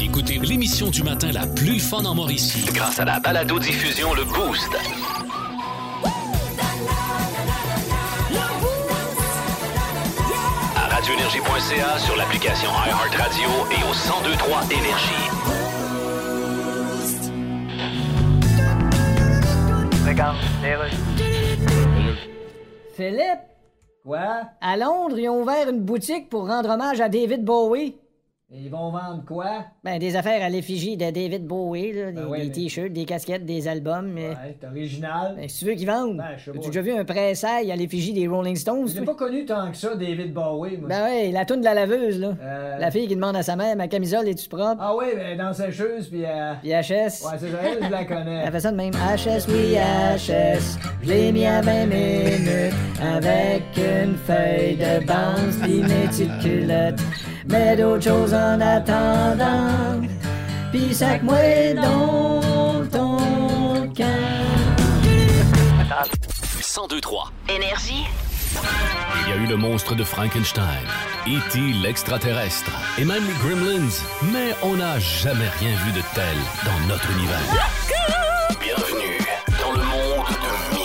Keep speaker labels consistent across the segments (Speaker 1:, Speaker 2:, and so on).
Speaker 1: Écoutez l'émission du matin la plus fun en Mauricie.
Speaker 2: Grâce à la balado diffusion le boost. À radioénergie.ca sur l'application iHeartRadio et au 1023 énergie.
Speaker 3: Philippe! Quoi? À Londres, ils ont ouvert une boutique pour rendre hommage à David Bowie. Et ils vont vendre quoi? Ben, des affaires à l'effigie de David Bowie, là, des,
Speaker 4: Ah ouais,
Speaker 3: des
Speaker 4: mais-
Speaker 3: t-shirts, des casquettes, des albums. Mais...
Speaker 4: Ouais, c'est original.
Speaker 3: Ben, si tu veux qu'ils vendent,
Speaker 4: Ben, je sais pas.
Speaker 3: as-tu déjà vu un pressail à l'effigie des Rolling Stones?
Speaker 4: Je l'ai
Speaker 3: toi?
Speaker 4: pas connu tant que ça, David Bowie, moi.
Speaker 3: Ben ouais, la toune de la laveuse, là.
Speaker 4: Euh,
Speaker 3: La fille qui demande à sa mère, ma camisole, es-tu propre?
Speaker 4: Ah oui, ben, dans ses choses, puis... euh,
Speaker 3: Puis HS.
Speaker 4: Ouais, c'est ça, elle, je la connais.
Speaker 3: Elle fait ça de même. HS, oui, HS. Je l'ai mis à 20 minutes avec une feuille de bande pis mes petites culottes. Mais d'autres choses en attendant. Pis sac-moi dans ton camp.
Speaker 2: 1023.
Speaker 5: Énergie.
Speaker 1: Il y a eu le monstre de Frankenstein, E.T. l'extraterrestre et même les Gremlins, mais on n'a jamais rien vu de tel dans notre univers.
Speaker 2: Bienvenue dans le monde de Mi.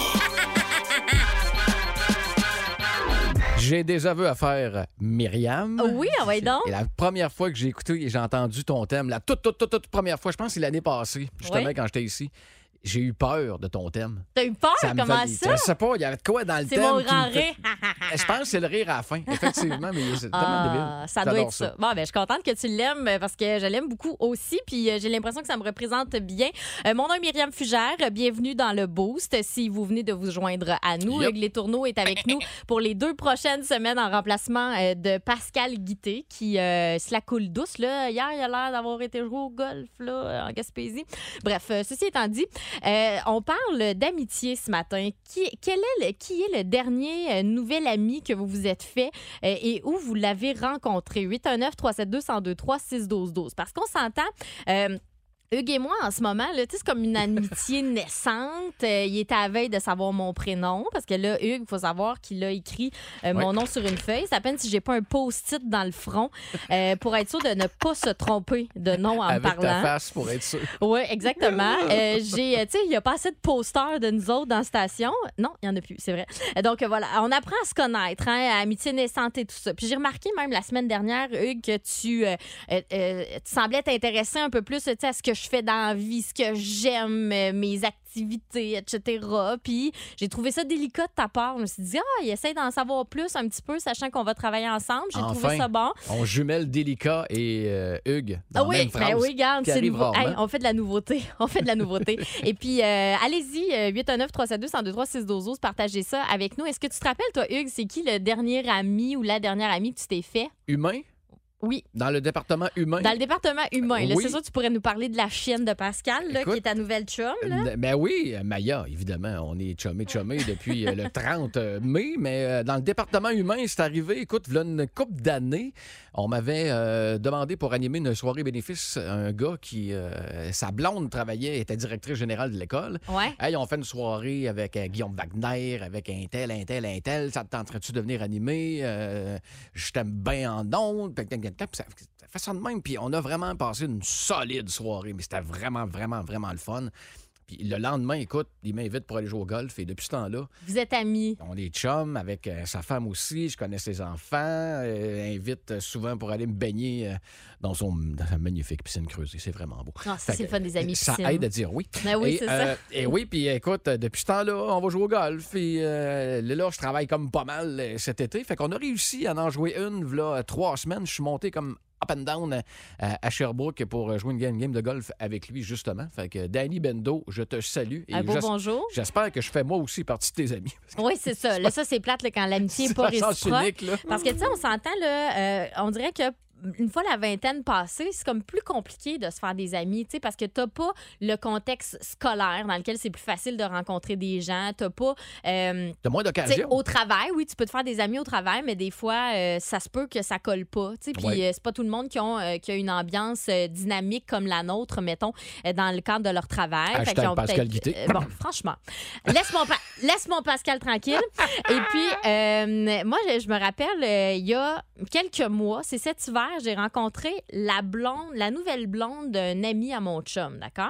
Speaker 6: J'ai des aveux à faire, Myriam.
Speaker 7: Oui, ah ouais donc.
Speaker 6: Et la première fois que j'ai écouté et j'ai entendu ton thème, la toute, toute, toute, toute première fois, je pense que c'est l'année passée, justement,
Speaker 7: Ouais.
Speaker 6: quand j'étais ici, j'ai eu peur de ton thème.
Speaker 7: T'as eu peur?
Speaker 6: me
Speaker 7: Ah, Comment
Speaker 6: fait-
Speaker 7: ça?
Speaker 6: Je sais pas, il y avait de quoi dans le
Speaker 7: C'est
Speaker 6: thème.
Speaker 7: mon
Speaker 6: qui
Speaker 7: grand
Speaker 6: me fait- Eh,
Speaker 7: rire.
Speaker 6: Je pense que c'est le rire à la fin, effectivement, mais c'est tellement
Speaker 7: Ah,
Speaker 6: débile.
Speaker 7: ça doit
Speaker 6: J'adore
Speaker 7: être ça. Bon, ben, je suis contente que tu l'aimes euh, parce que je l'aime beaucoup aussi. Puis euh, j'ai l'impression que ça me représente bien. Euh, mon nom est Myriam Fugère. Euh, Bienvenue dans le Boost. Si vous venez de vous joindre à nous,
Speaker 6: Yep.
Speaker 7: Hugues Les Tourneaux est avec nous pour les deux prochaines semaines en remplacement euh, de Pascal Guité qui euh, se la coule douce. Là. Hier, il a l'air d'avoir été joué au golf là, en Gaspésie. Bref, euh, ceci étant dit, euh, on parle d'amitié ce matin. Qui, quel est le, qui est le dernier euh, nouvel ami que vous vous êtes fait euh, et où vous l'avez rencontré? 819-372-1023-612-12. Parce qu'on s'entend... euh, Hugues et moi, en ce moment, là, tu sais, c'est comme une amitié naissante. Euh, il est à la veille de savoir mon prénom, parce que là, Hugues, il faut savoir qu'il a écrit euh, mon
Speaker 6: Ouais.
Speaker 7: nom sur une feuille. C'est à peine si j'ai pas un post-it dans le front euh, pour être sûr de ne pas se tromper de nom en
Speaker 6: Avec
Speaker 7: parlant.
Speaker 6: ta face, pour être sûr.
Speaker 7: Oui, exactement. Euh, j'ai, euh, tu sais, il n'y a pas assez de posters de nous autres dans la station. Non, il n'y en a plus, c'est vrai. Euh, Donc euh, voilà, on apprend à se connaître, hein, à amitié naissante et tout ça. Puis j'ai remarqué même la semaine dernière, Hugues, que tu, euh, euh, euh, tu semblais t'intéresser un peu plus euh, tu sais, à ce que je fais dans la vie, ce que j'aime, euh, mes activités, etc. Puis j'ai trouvé ça délicat de ta part. Je me suis dit, ah, il essaie d'en savoir plus un petit peu, sachant qu'on va travailler ensemble. J'ai trouvé
Speaker 6: Enfin.
Speaker 7: ça bon.
Speaker 6: On jumelle délicat et euh, Hugues
Speaker 7: Ah
Speaker 6: dans la
Speaker 7: oui,
Speaker 6: même
Speaker 7: ben
Speaker 6: phrase.
Speaker 7: oui, regarde,
Speaker 6: qui
Speaker 7: c'est
Speaker 6: arrive
Speaker 7: nouveau.
Speaker 6: rarement.
Speaker 7: Hey, on fait de la nouveauté. On fait de la nouveauté. Et puis, euh, allez-y, euh, 819 372 1023 612 partagez ça avec nous. Est-ce que tu te rappelles, toi, Hugues, c'est qui le dernier ami ou la dernière amie que tu t'es fait?
Speaker 6: Humain,
Speaker 7: Oui,
Speaker 6: dans le département humain.
Speaker 7: dans le département humain. là.
Speaker 6: Oui.
Speaker 7: C'est sûr, tu pourrais nous parler de la chienne de Pascal, là,
Speaker 6: Écoute.
Speaker 7: qui est ta nouvelle chum.
Speaker 6: Euh, Ben oui, Maya, évidemment. On est chumé chumé depuis euh, le 30 mai, mais euh, dans le département humain, c'est arrivé, écoute, v'là une couple d'années, on m'avait euh, demandé pour animer une soirée bénéfice un gars qui, euh, sa blonde travaillait, était directrice générale de l'école.
Speaker 7: Ouais.
Speaker 6: Hey, on fait une soirée avec euh, Guillaume Wagner, avec un tel, un tel, un tel. Ça te tenterait-tu de venir animer? Euh, je t'aime bien en ondes. Puis Ça, ça fait ça de même. Puis on a vraiment passé une solide soirée. Mais c'était vraiment, vraiment, vraiment le fun. Puis le lendemain, écoute, il m'invite pour aller jouer au golf. Et depuis ce temps-là,
Speaker 7: Vous êtes amis.
Speaker 6: on est chum avec euh, sa femme aussi. Je connais ses enfants. Euh, invite euh, souvent pour aller me baigner euh, dans, son, dans sa magnifique piscine creusée. C'est vraiment beau.
Speaker 7: Ah, ça,
Speaker 6: Fait
Speaker 7: c'est le
Speaker 6: que,
Speaker 7: fun des amis.
Speaker 6: Ça
Speaker 7: piscine.
Speaker 6: aide à dire oui.
Speaker 7: Ben oui,
Speaker 6: et,
Speaker 7: c'est ça.
Speaker 6: euh, et oui, puis écoute, euh, depuis ce temps-là, on va jouer au golf. Et euh, là, je travaille comme pas mal euh, cet été. Fait qu'on a réussi à en jouer une, voilà, trois semaines. Je suis monté comme up and down euh, à Sherbrooke pour euh, jouer une game, game de golf avec lui, justement. Fait que Danny Bendo, je te salue. Et
Speaker 7: Un beau
Speaker 6: j'es-
Speaker 7: bonjour.
Speaker 6: J'espère que je fais moi aussi partie de tes amis.
Speaker 7: Oui, c'est ça. Là, ça, c'est plate là, quand l'amitié n'est pas
Speaker 6: Ça sent
Speaker 7: réciproque.
Speaker 6: unique, là.
Speaker 7: Parce que, tu sais, on s'entend, là, euh, on dirait que une fois la vingtaine passée, c'est comme plus compliqué de se faire des amis, tu sais, parce que t'as pas le contexte scolaire dans lequel c'est plus facile de rencontrer des gens, t'as pas... euh,
Speaker 6: T'as moins
Speaker 7: tu sais,
Speaker 6: d'occasion.
Speaker 7: au travail, oui, tu peux te faire des amis au travail, mais des fois, euh, ça se peut que ça colle pas. tu sais. Puis
Speaker 6: Ouais.
Speaker 7: euh, c'est pas tout le monde qui, ont, euh, qui a une ambiance euh, dynamique comme la nôtre, mettons, euh, dans le cadre de leur travail.
Speaker 6: Hashtag
Speaker 7: qu'ils ont
Speaker 6: Pascal
Speaker 7: peut-être- euh,
Speaker 6: Guité.
Speaker 7: bon, franchement, laisse mon, Pa- laisse mon Pascal tranquille. Et puis, euh, moi, je, je me rappelle, euh, il y a quelques mois, c'est cet hiver, hier, j'ai rencontré la blonde, la nouvelle blonde d'un ami à mon chum, d'accord?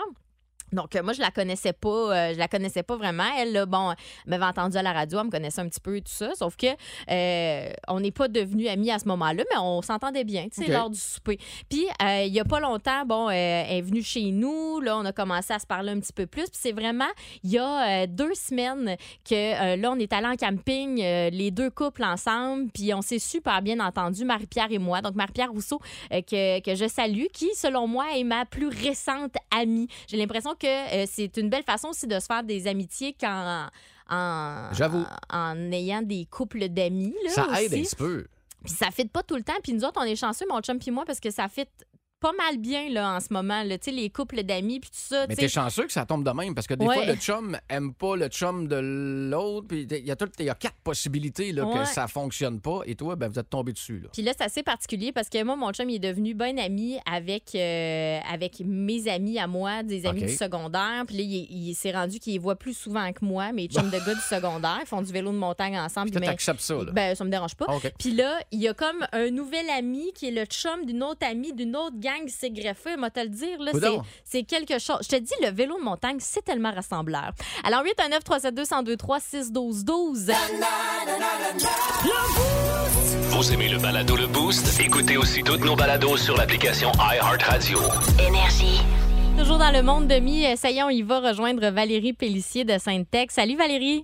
Speaker 7: Donc, euh, moi, je la connaissais pas, euh, je la connaissais pas vraiment. Elle, là, bon, elle m'avait entendue à la radio, elle me connaissait un petit peu et tout ça. Sauf que euh, on n'est pas devenus amis à ce moment-là, mais on s'entendait bien, tu sais,
Speaker 6: OK.
Speaker 7: lors du souper. Puis, euh, il y a pas longtemps, bon, euh, elle est venue chez nous. Là, on a commencé à se parler un petit peu plus. Puis, c'est vraiment, il y a euh, deux semaines que euh, là, on est allé en camping, euh, les deux couples ensemble. Puis, on s'est super bien entendus, Marie-Pierre et moi. Donc, Marie-Pierre Rousseau, euh, que, que je salue, qui, selon moi, est ma plus récente amie. J'ai l'impression que euh, c'est une belle façon aussi de se faire des amitiés quand. En,
Speaker 6: J'avoue.
Speaker 7: en, en ayant des couples d'amis. là,
Speaker 6: Ça aide hein. un
Speaker 7: aussi.
Speaker 6: petit peu.
Speaker 7: Puis ça fit pas tout le temps. Puis nous autres, on est chanceux, mon chum puis moi, parce que ça fit pas mal bien là, en ce moment. là. Tu sais, les couples d'amis, puis tout ça. tu
Speaker 6: Mais
Speaker 7: sais.
Speaker 6: t'es chanceux que ça tombe de même parce que des
Speaker 7: Ouais.
Speaker 6: fois, le chum aime pas le chum de l'autre. Puis il y, a tout- il y a quatre possibilités là,
Speaker 7: Ouais.
Speaker 6: que ça fonctionne pas. Et toi, ben, vous êtes tombé dessus. Là.
Speaker 7: Puis là, c'est assez particulier parce que moi, mon chum, il est devenu bon ami avec, euh, avec mes amis à moi, des amis
Speaker 6: OK.
Speaker 7: du secondaire. Puis là, il, il s'est rendu qu'il les voit plus souvent que moi, mes chums de gars du secondaire. Ils font du vélo de montagne ensemble.
Speaker 6: Puis toi,
Speaker 7: Ah, mais-
Speaker 6: t'acceptes ça. Là. Ah,
Speaker 7: ben, ça me dérange pas.
Speaker 6: OK.
Speaker 7: Puis là, il y a comme un nouvel ami qui est le chum d'une autre amie, d'une autre gang qui s'est greffée. Moi, te le dire, là,
Speaker 6: Coudon.
Speaker 7: c'est- c'est quelque chose. Je te dis, le vélo de montagne, c'est tellement rassembleur. Alors, 819 372 1023 6 12 12
Speaker 2: Vous aimez le balado Le Boost? Écoutez aussi toutes nos balados sur l'application iHeartRadio.
Speaker 5: Énergie.
Speaker 7: Toujours dans le monde de mi, euh, ça y est, on y va rejoindre Valérie Pellissier de Sainte-Tech. Salut Valérie!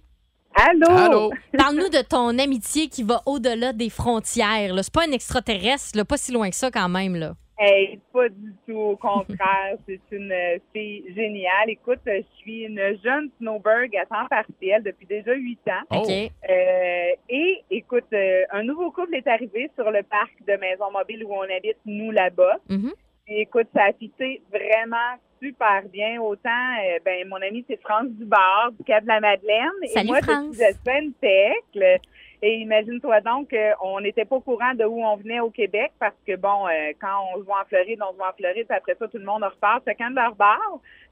Speaker 7: oh!
Speaker 8: Allô?
Speaker 6: Allô?
Speaker 7: Parle-nous de ton amitié qui va au-delà des frontières. là. C'est pas un extraterrestre, là, pas si loin que ça quand même. Là.
Speaker 8: Hey, pas du tout, au contraire. c'est une, euh, c'est génial. Écoute, euh, je suis une jeune snowberg à temps partiel depuis déjà huit ans.
Speaker 6: Oh.
Speaker 7: OK.
Speaker 8: Euh, et écoute, euh, un nouveau couple est arrivé sur le parc de Maison Mobile où on habite, nous, là-bas.
Speaker 7: Mhm.
Speaker 8: Et écoute, ça a fité vraiment super bien. Autant, euh, ben, mon ami, c'est France Dubard du Cap de la Madeleine.
Speaker 7: Salut,
Speaker 8: et moi,
Speaker 7: France.
Speaker 8: je suis de Sainte-Tech. Et imagine-toi donc euh, on n'était pas au courant de où on venait au Québec parce que, bon, euh, quand on se voit en Floride, on se voit en Floride, puis après ça, tout le monde repart chacun de leur bar.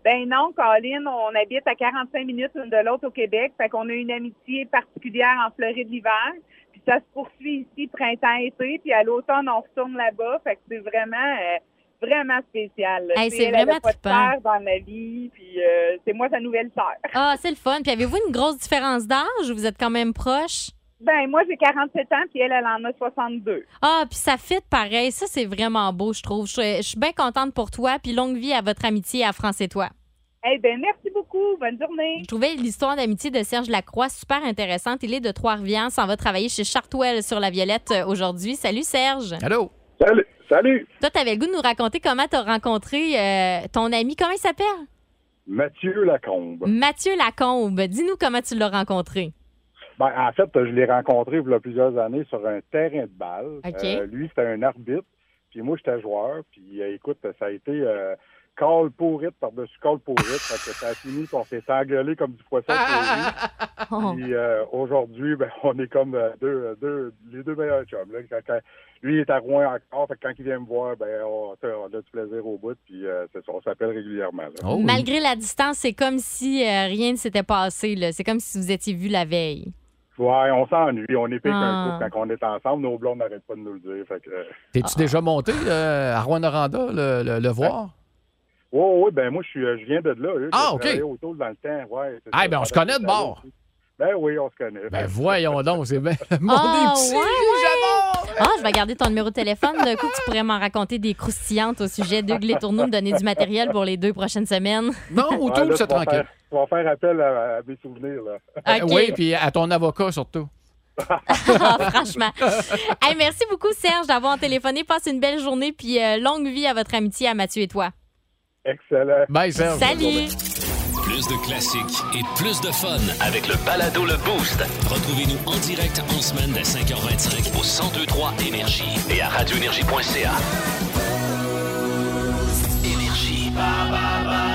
Speaker 8: Ben non, Colin, on habite à 45 minutes l'une de l'autre au Québec, fait qu'on a une amitié particulière en Floride l'hiver. Puis ça se poursuit ici printemps-été, puis à l'automne, on retourne là-bas. Fait que c'est vraiment, euh, vraiment spécial. là.
Speaker 7: Hey,
Speaker 8: Tu
Speaker 7: c'est
Speaker 8: sais, elle avait
Speaker 7: vraiment
Speaker 8: pas de
Speaker 7: trippant.
Speaker 8: sœur dans ma vie, puis euh, c'est moi sa nouvelle sœur.
Speaker 7: Ah, c'est le fun. Puis avez-vous une grosse différence d'âge ou vous êtes quand même proches?
Speaker 8: Ben moi, j'ai 47 ans, puis elle, elle en a 62.
Speaker 7: Ah, puis ça fit pareil. Ça, c'est vraiment beau, je trouve. Je, je suis bien contente pour toi. Puis longue vie à votre amitié à France et toi.
Speaker 8: Eh ben merci beaucoup. Bonne journée.
Speaker 7: Je trouvais l'histoire d'amitié de Serge Lacroix super intéressante. Il est de Trois-Rivières. Ça va travailler chez Chartwell sur la Violette euh, aujourd'hui. Salut, Serge.
Speaker 6: Allô?
Speaker 9: Salut! Salut!
Speaker 7: Toi, t'avais le goût de nous raconter comment t'as rencontré euh, ton ami. Comment il s'appelle?
Speaker 9: Mathieu Lacombe.
Speaker 7: Mathieu Lacombe. Dis-nous comment tu l'as rencontré.
Speaker 9: Ben, en fait, je l'ai rencontré il y a plusieurs années sur un terrain de balle.
Speaker 7: OK.
Speaker 9: Euh, lui, c'était un arbitre, puis moi, j'étais joueur. Puis euh, écoute, ça a été euh, call pour it par-dessus call pour it. fait que ça a fini qu'on s'est engueulé comme du poisson.
Speaker 7: Ah, Oh.
Speaker 9: Puis euh, aujourd'hui, ben, on est comme euh, deux, deux, les deux meilleurs chums. Là. Quand- quand- lui, il est à Rouen encore. Fait que quand il vient me voir, ben, on, on a du plaisir au bout. Puis euh, c'est ça, on s'appelle régulièrement. là.
Speaker 6: Oh,
Speaker 7: Malgré la distance, c'est comme si euh, rien ne s'était passé. là. C'est comme si vous étiez vus la veille.
Speaker 9: Ouais, on s'ennuie. On est piqué
Speaker 7: Ah.
Speaker 9: un coup quand on est ensemble. Nos blondes n'arrêtent pas de nous le dire. Fait que, euh,
Speaker 7: Ah.
Speaker 6: T'es-tu déjà monté euh, à Rouen-Noranda le, le- le voir?
Speaker 9: Oui, oui, ben moi, je, suis, euh, je viens de là. Hugues.
Speaker 6: Ah,
Speaker 9: Je
Speaker 6: OK.
Speaker 9: travaillais au tôle dans le temps, ouais. c'est
Speaker 6: Ah,
Speaker 9: ça.
Speaker 6: ben, on se connaît de bord.
Speaker 9: Ben oui, on se connaît.
Speaker 6: Ben voyons donc, c'est bien.
Speaker 7: Ah,
Speaker 6: Mon des petits,
Speaker 7: ouais,
Speaker 6: j'adore!
Speaker 7: Ah, je vais garder ton numéro de téléphone. D'un coup, tu pourrais m'en raconter des croustillantes au sujet d'Hugues Les Tourneaux, me donner du matériel pour les deux prochaines semaines.
Speaker 6: Non,
Speaker 9: Ouais,
Speaker 6: autour,
Speaker 9: là,
Speaker 6: c'est
Speaker 9: tu vas
Speaker 6: tranquille.
Speaker 9: faire- Tu vas faire appel à, à mes souvenirs, là.
Speaker 6: Euh,
Speaker 7: OK.
Speaker 6: Oui, puis à ton avocat surtout.
Speaker 7: Ah, franchement. Hey, merci beaucoup, Serge, d'avoir téléphoné. Passe une belle journée, puis euh, longue vie à votre amitié, à Mathieu et toi.
Speaker 9: Excellent.
Speaker 6: Bye, Serge.
Speaker 7: Salut!
Speaker 1: Plus de classiques et plus de fun.
Speaker 2: Avec le balado Le Boost
Speaker 1: Retrouvez-nous en direct en semaine dès 5h25
Speaker 2: au 1023 Énergie et à radioénergie.ca. Énergie.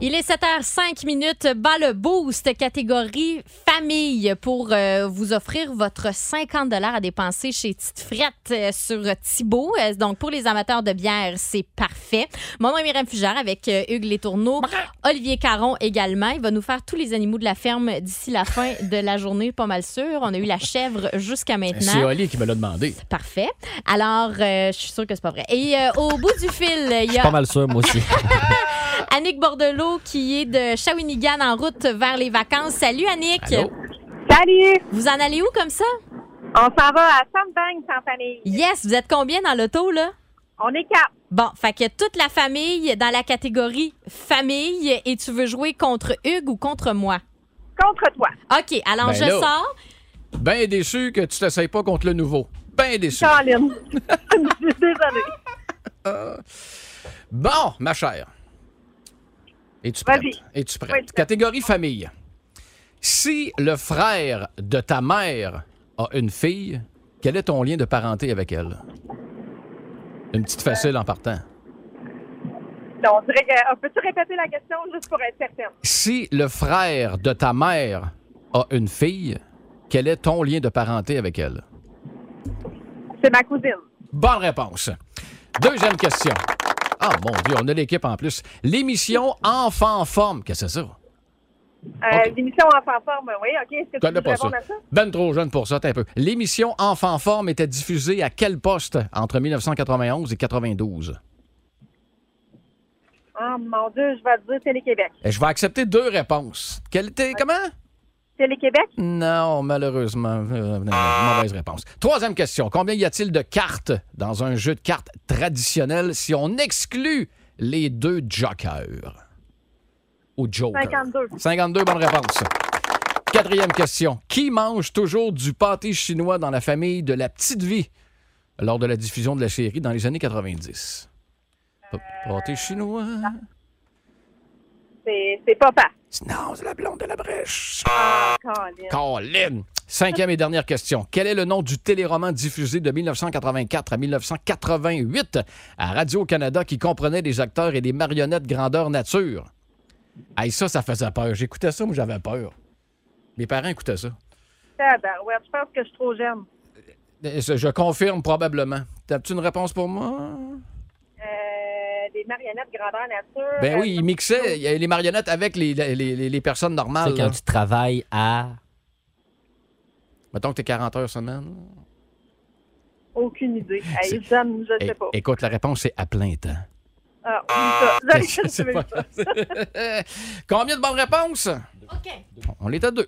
Speaker 7: Il est 7h05 minutes, bas le boost, catégorie famille pour euh, vous offrir votre 50 à dépenser chez Tite Frette euh, sur Thibault. Euh, donc, pour les amateurs de bière, c'est parfait. Mon nom est Myriam Fugère avec euh, Hugues Les Tourneaux, Olivier Caron également. Il va nous faire tous les animaux de la ferme d'ici la fin de la journée, pas mal sûr. On a eu la chèvre jusqu'à
Speaker 6: C'est
Speaker 7: maintenant.
Speaker 6: Oli qui me l'a demandé.
Speaker 7: Parfait. Alors, euh, je suis sûre que c'est pas vrai. Et euh, au bout du fil, il
Speaker 5: Je
Speaker 7: y
Speaker 5: suis pas
Speaker 7: a
Speaker 5: mal sûr, moi aussi.
Speaker 7: Annick Bordelot qui est de Shawinigan en route vers les vacances. Salut Annick.
Speaker 6: Allô?
Speaker 8: Salut!
Speaker 7: Vous en allez où comme ça?
Speaker 8: On s'en va à Sandbang sans famille.
Speaker 7: Yes, vous êtes combien dans l'auto là?
Speaker 8: On est quatre.
Speaker 7: Bon, fait que toute la famille dans la catégorie famille et tu veux jouer contre Hugues ou contre moi?
Speaker 8: Contre toi.
Speaker 7: OK, alors
Speaker 6: Ben
Speaker 7: je
Speaker 6: là.
Speaker 7: sors.
Speaker 6: Ben déçu que tu t'essayes pas contre le nouveau. Ben déçu.
Speaker 8: Caroline. Je suis désolée.
Speaker 6: Bon, ma chère. Es-tu
Speaker 8: Vas-y.
Speaker 6: prête? Es-tu prête?
Speaker 8: Oui.
Speaker 6: Catégorie famille. Si le frère de ta mère a une fille, quel est ton lien de parenté avec elle? Une petite facile en partant.
Speaker 8: Non, on dirait que. euh, Peux-tu répéter la question juste pour être certaine?
Speaker 6: Si le frère de ta mère a une fille, quel est ton lien de parenté avec elle?
Speaker 8: C'est ma cousine.
Speaker 6: Bonne réponse. Deuxième question. Ah, mon Dieu, on a l'équipe en plus. L'émission Enfant en forme. Qu'est-ce que c'est ça?
Speaker 8: Euh,
Speaker 6: Ok.
Speaker 8: L'émission Enfant en forme, oui, OK. Est-ce que tu
Speaker 6: connais
Speaker 8: veux
Speaker 6: pas ça.
Speaker 8: répondre à ça?
Speaker 6: Ben trop jeune pour ça, t'es un peu. L'émission Enfant Forme était diffusée à quel poste entre 1991 et 92?
Speaker 8: Oh mon Dieu, je vais te dire Télé-Québec.
Speaker 6: Et Eh, je vais accepter deux réponses. Quelle était, comment?
Speaker 8: Télé-Québec,
Speaker 6: Non, malheureusement, euh, euh, mauvaise réponse. Troisième question. Combien y a-t-il de cartes dans un jeu de cartes traditionnel si on exclut les deux jokers? Ou joker?
Speaker 8: 52.
Speaker 6: 52, bonne réponse. Quatrième question. Qui mange toujours du pâté chinois dans la famille de la petite vie lors de la diffusion de la série dans les années 90? P- Pâté chinois.
Speaker 8: C'est c'est papa.
Speaker 6: Non, c'est la blonde de la brèche.
Speaker 8: Caroline.
Speaker 6: Colin! Cinquième et dernière question. Quel est le nom du téléroman diffusé de 1984 à 1988 à Radio-Canada qui comprenait des acteurs et des marionnettes grandeur nature? Hey, ça, ça faisait peur. J'écoutais ça, moi, j'avais peur. Mes parents écoutaient ça.
Speaker 8: Tabarouette, je pense que je suis trop jeune.
Speaker 6: Et Euh, ça, Je confirme probablement. T'as-tu une réponse pour moi?
Speaker 8: Euh, des marionnettes grandeur nature.
Speaker 6: Ben oui,
Speaker 8: Euh,
Speaker 6: ils mixaient il y avait les marionnettes avec les, les- les- les personnes normales.
Speaker 5: C'est quand
Speaker 6: là.
Speaker 5: tu travailles à.
Speaker 6: Mettons que t'es 40 heures semaine.
Speaker 8: Aucune idée.
Speaker 6: C'est- Eh,
Speaker 8: Hey, jeune, je
Speaker 6: É-
Speaker 8: sais pas.
Speaker 6: Écoute, la réponse est à plein temps.
Speaker 8: Ah, oublie ça.
Speaker 6: Je
Speaker 8: Désolée,
Speaker 6: sais
Speaker 8: je
Speaker 6: pas.
Speaker 8: sais pas.
Speaker 6: Combien de bonnes réponses?
Speaker 7: OK.
Speaker 6: On est à deux.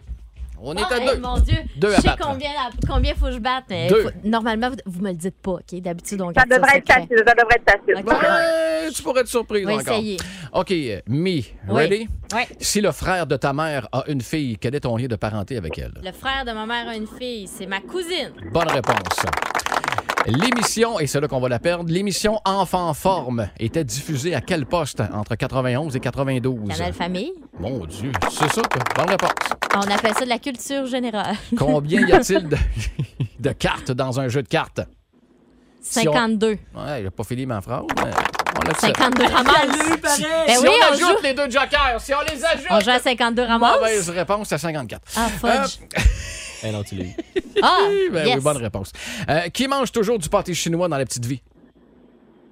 Speaker 6: On
Speaker 7: Bon,
Speaker 6: est à
Speaker 7: hey,
Speaker 6: deux.
Speaker 7: Mon Dieu,
Speaker 6: Deux
Speaker 7: je
Speaker 6: à
Speaker 7: sais
Speaker 6: battre.
Speaker 7: combien, combien faut que je batte. mais
Speaker 6: Deux.
Speaker 7: faut- normalement, vous, vous me le dites pas, OK? D'habitude, on
Speaker 8: Ça
Speaker 7: garde ça
Speaker 8: devrait être
Speaker 7: secret.
Speaker 8: facile. Ça devrait être facile.
Speaker 7: Ok.
Speaker 6: Ouais, tu pourrais être surprise
Speaker 7: On va
Speaker 6: encore.
Speaker 7: essayer.
Speaker 6: OK, euh, me. Ready?
Speaker 7: Ouais.
Speaker 6: Si le frère de ta mère a une fille, quel est ton lien de parenté avec elle?
Speaker 7: Le frère de ma mère a une fille, c'est ma cousine.
Speaker 6: Bonne réponse. L'émission, et c'est là qu'on va la perdre, l'émission Enfant en forme était diffusée à quel poste entre 91 et 92?
Speaker 7: Canal Famille.
Speaker 6: Mon Dieu, c'est ça, toi. Bonne réponse.
Speaker 7: On appelle ça de la culture générale.
Speaker 6: Combien y a-t-il de, de cartes dans un jeu de cartes? Si on-
Speaker 7: 52.
Speaker 6: Ouais, j'ai pas fini ma phrase, mais on l'accepte.
Speaker 7: 52 ramasses.
Speaker 4: pareil!
Speaker 7: Ben
Speaker 6: Si
Speaker 7: oui,
Speaker 6: on
Speaker 7: on
Speaker 6: ajoute
Speaker 7: joue.
Speaker 6: les deux jokers, si on les ajoute...
Speaker 7: On joue à 52 ramasses.
Speaker 6: Mauvaise réponse à 54.
Speaker 7: Ah, fudge.
Speaker 5: Eh non, tu l'as eu.
Speaker 7: Ah,
Speaker 6: Ben oui,
Speaker 7: yes.
Speaker 6: bonne réponse. Euh, qui mange toujours du pâté chinois dans la petite vie?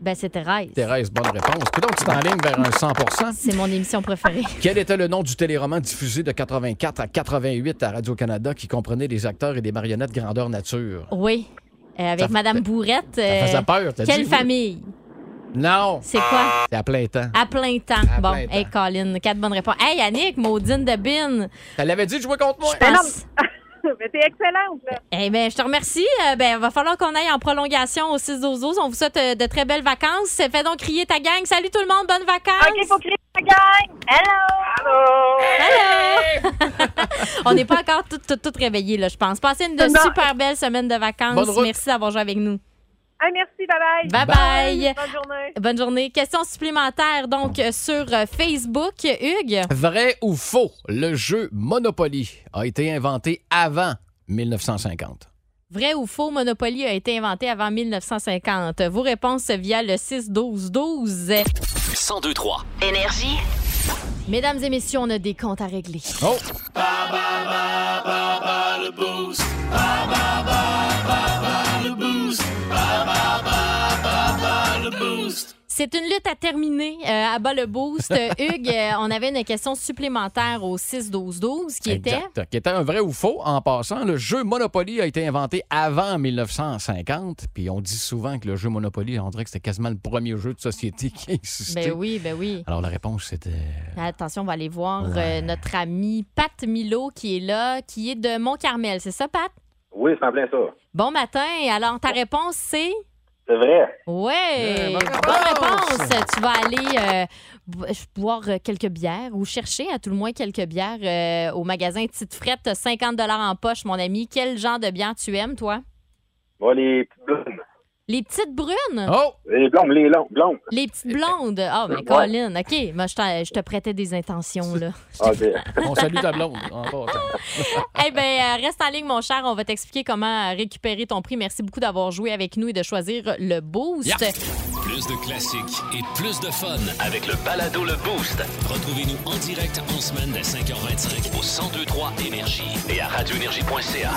Speaker 7: Ben, c'est Thérèse.
Speaker 6: Thérèse, bonne réponse. donc tu t'enlignes vers un 100
Speaker 7: C'est mon émission préférée.
Speaker 6: Quel était le nom du téléroman diffusé de 84 à 88 à Radio-Canada qui comprenait des acteurs et des marionnettes grandeur nature?
Speaker 7: Oui. Euh, avec
Speaker 6: Ça-
Speaker 7: Madame Bourrette.
Speaker 6: Ça
Speaker 7: euh,
Speaker 6: faisait peur, t'as
Speaker 7: quelle
Speaker 6: dit?
Speaker 7: famille? Ah.
Speaker 6: Non,
Speaker 7: C'est quoi?
Speaker 6: c'est à plein temps.
Speaker 7: À plein temps.
Speaker 6: Ah. À
Speaker 7: bon,
Speaker 6: plein temps.
Speaker 7: hey Colin, quatre bonnes réponses. Hey Yannick, Maudine de Bin.
Speaker 6: Elle avait dit de jouer contre moi.
Speaker 7: Je pense.
Speaker 8: Mais t'es excellente, là.
Speaker 7: Eh ben, je te remercie. Euh, ben, va falloir qu'on aille en prolongation au 6 aux On vous souhaite euh, de très belles vacances. Fais donc crier ta gang. Salut tout le monde, bonnes vacances.
Speaker 8: OK, faut crier la gang. Hello. Hello.
Speaker 7: Hello! On n'est pas encore toutes tout, réveillées, là, je pense. Passez une de
Speaker 8: Non.
Speaker 7: super belle semaine de vacances.
Speaker 6: Bonne route.
Speaker 7: Merci d'avoir joué avec nous.
Speaker 8: Ah, merci,
Speaker 7: Bye
Speaker 8: bye-bye.
Speaker 7: bye.
Speaker 8: Bonne journée.
Speaker 7: Bonne journée. Question supplémentaire, donc, euh, sur euh, Facebook, Hugues.
Speaker 6: Vrai ou faux, le jeu Monopoly a été inventé avant 1950.
Speaker 7: Vrai ou faux, Monopoly a été inventé avant 1950. Vos réponses via le 6-12-12.
Speaker 2: 1023
Speaker 10: Énergie.
Speaker 7: Mesdames et messieurs, on a des comptes à régler.
Speaker 6: Oh!
Speaker 7: C'est une lutte à terminer euh, à bas le boost. Euh, Hugues, euh, on avait une question supplémentaire au 6-12-12 qui était.
Speaker 6: Exact. Qui était un vrai ou faux. En passant, le jeu Monopoly a été inventé avant 1950. Puis on dit souvent que le jeu Monopoly, on dirait que c'était quasiment le premier jeu de société qui a existé.
Speaker 7: Ben oui, ben oui.
Speaker 6: Alors la réponse, c'était.
Speaker 7: Attention, on va aller voir euh,
Speaker 6: Ouais.
Speaker 7: notre ami Pat Milo qui est là, qui est de Mont-Carmel. C'est ça, Pat?
Speaker 10: Oui, c'est en plein ça.
Speaker 7: Bon matin. Alors, ta réponse, c'est.
Speaker 10: C'est vrai.
Speaker 7: Ouais,
Speaker 6: Yeah,
Speaker 7: bonne
Speaker 6: bonne
Speaker 7: réponse.
Speaker 6: réponse.
Speaker 7: Tu vas aller euh, bo- boire euh, quelques bières ou chercher à tout le moins quelques bières euh, au magasin Tite Frette. T'as 50 en poche, mon ami. Quel genre de bière tu aimes, toi?
Speaker 10: Bon, les petites blondes.
Speaker 7: Les petites brunes?
Speaker 6: Oh!
Speaker 10: Les blondes, les longues, blondes.
Speaker 7: Les petites blondes? Ah, ben,
Speaker 10: Ouais.
Speaker 7: Colin, OK. Moi, je, t'en- je te prêtais des intentions, là.
Speaker 10: OK.
Speaker 6: On salue ta blonde. en passant.
Speaker 7: Eh bien, reste en ligne, mon cher. On va t'expliquer comment récupérer ton prix. Merci beaucoup d'avoir joué avec nous et de choisir le boost.
Speaker 1: Yeah. Plus de classiques et plus de fun.
Speaker 2: Avec le balado Le Boost
Speaker 1: Retrouvez-nous en direct en semaine dès 5h25
Speaker 2: au 1023 Énergie et à radioénergie.ca.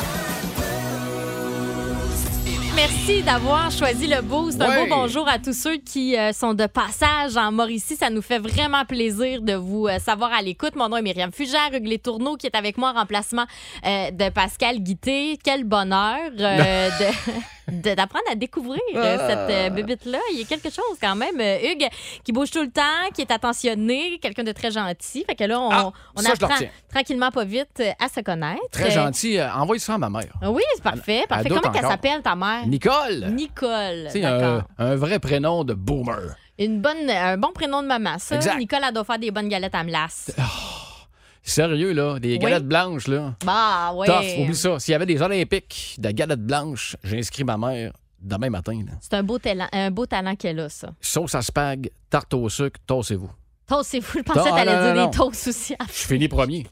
Speaker 7: Merci d'avoir choisi le boost. Un
Speaker 6: Ouais.
Speaker 7: beau bonjour à tous ceux qui euh, sont de passage en Mauricie. Ça nous fait vraiment plaisir de vous euh, savoir à l'écoute. Mon nom est Myriam Fugère, Hugues Les Tourneaux qui est avec moi en remplacement euh, de Pascal Guité. Quel bonheur euh, de- de- d'apprendre à découvrir euh,
Speaker 6: Ah.
Speaker 7: cette euh, bébite-là. Il y a quelque chose quand même. Euh, Hugues qui bouge tout le temps, qui est attentionné, quelqu'un de très gentil. Fait que là, on,
Speaker 6: Ah,
Speaker 7: on
Speaker 6: ça, je le
Speaker 7: apprend
Speaker 6: retiens.
Speaker 7: tranquillement pas vite euh, à se connaître.
Speaker 6: Très
Speaker 7: Euh,
Speaker 6: gentil. Euh, Envoie ça à ma mère.
Speaker 7: Oui, c'est parfait. parfait.
Speaker 6: d'autres
Speaker 7: Comment elle
Speaker 6: encore.
Speaker 7: s'appelle ta mère?
Speaker 6: Nicole!
Speaker 7: Nicole.
Speaker 6: Tu sais, euh,
Speaker 7: D'accord.
Speaker 6: un, un vrai prénom de boomer.
Speaker 7: Une bonne, un bon prénom de maman, ça.
Speaker 6: Exact. Euh,
Speaker 7: Nicole, elle doit faire des bonnes galettes à melasse.
Speaker 6: Sérieux, là, des galettes blanches, là.
Speaker 7: Bah, ouais.
Speaker 6: Tough, oublie ça. S'il y avait des Olympiques de galettes blanches, j'ai inscrit ma mère demain matin. Là.
Speaker 7: C'est un beau talent, un beau talent qu'elle a, ça.
Speaker 6: Sauce à spag, tarte au sucre, tossez-vous.
Speaker 7: Toast, c'est fou. Je pensais que
Speaker 6: Non, Ah, non,
Speaker 7: t'allais
Speaker 6: non,
Speaker 7: dire
Speaker 6: non.
Speaker 7: des toasts aussi. Ah,
Speaker 6: Je finis premier.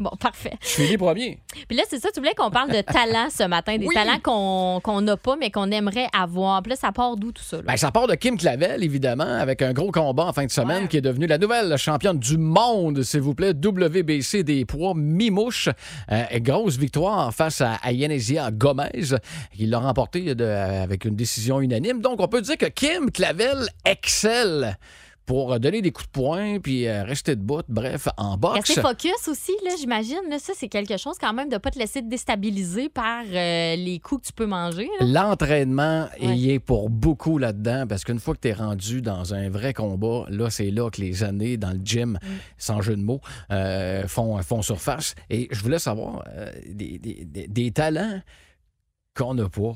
Speaker 7: Bon, parfait.
Speaker 6: Je finis premier.
Speaker 7: Puis là, c'est ça, tu voulais qu'on parle de talent ce matin, des
Speaker 6: Oui.
Speaker 7: talents qu'on qu'on n'a pas, mais qu'on aimerait avoir. Puis là, ça part d'où tout ça? là?
Speaker 6: Ben, ça part de Kim Clavel, évidemment, avec un gros combat en fin de semaine qui est devenue la nouvelle championne du monde, s'il vous plaît, WBC des poids mi-mouche. Euh, grosse victoire face à, à Yanezia Gomez, qui l'a remporté de- avec une décision unanime. Donc, on peut dire que Kim Clavel excelle pour donner des coups de poing puis euh, rester debout, bref, en boxe.
Speaker 7: Rester focus aussi, là, j'imagine. là, Ça, c'est quelque chose quand même de pas te laisser te déstabiliser par euh, les coups que tu peux manger. là.
Speaker 6: L'entraînement
Speaker 7: Ouais.
Speaker 6: il est pour beaucoup là-dedans parce qu'une fois que tu es rendu dans un vrai combat, là, c'est là que les années dans le gym,
Speaker 7: Mm.
Speaker 6: sans jeu de mots, euh, font, font surface. Et je voulais savoir euh, des, des- des- des talents qu'on n'a pas.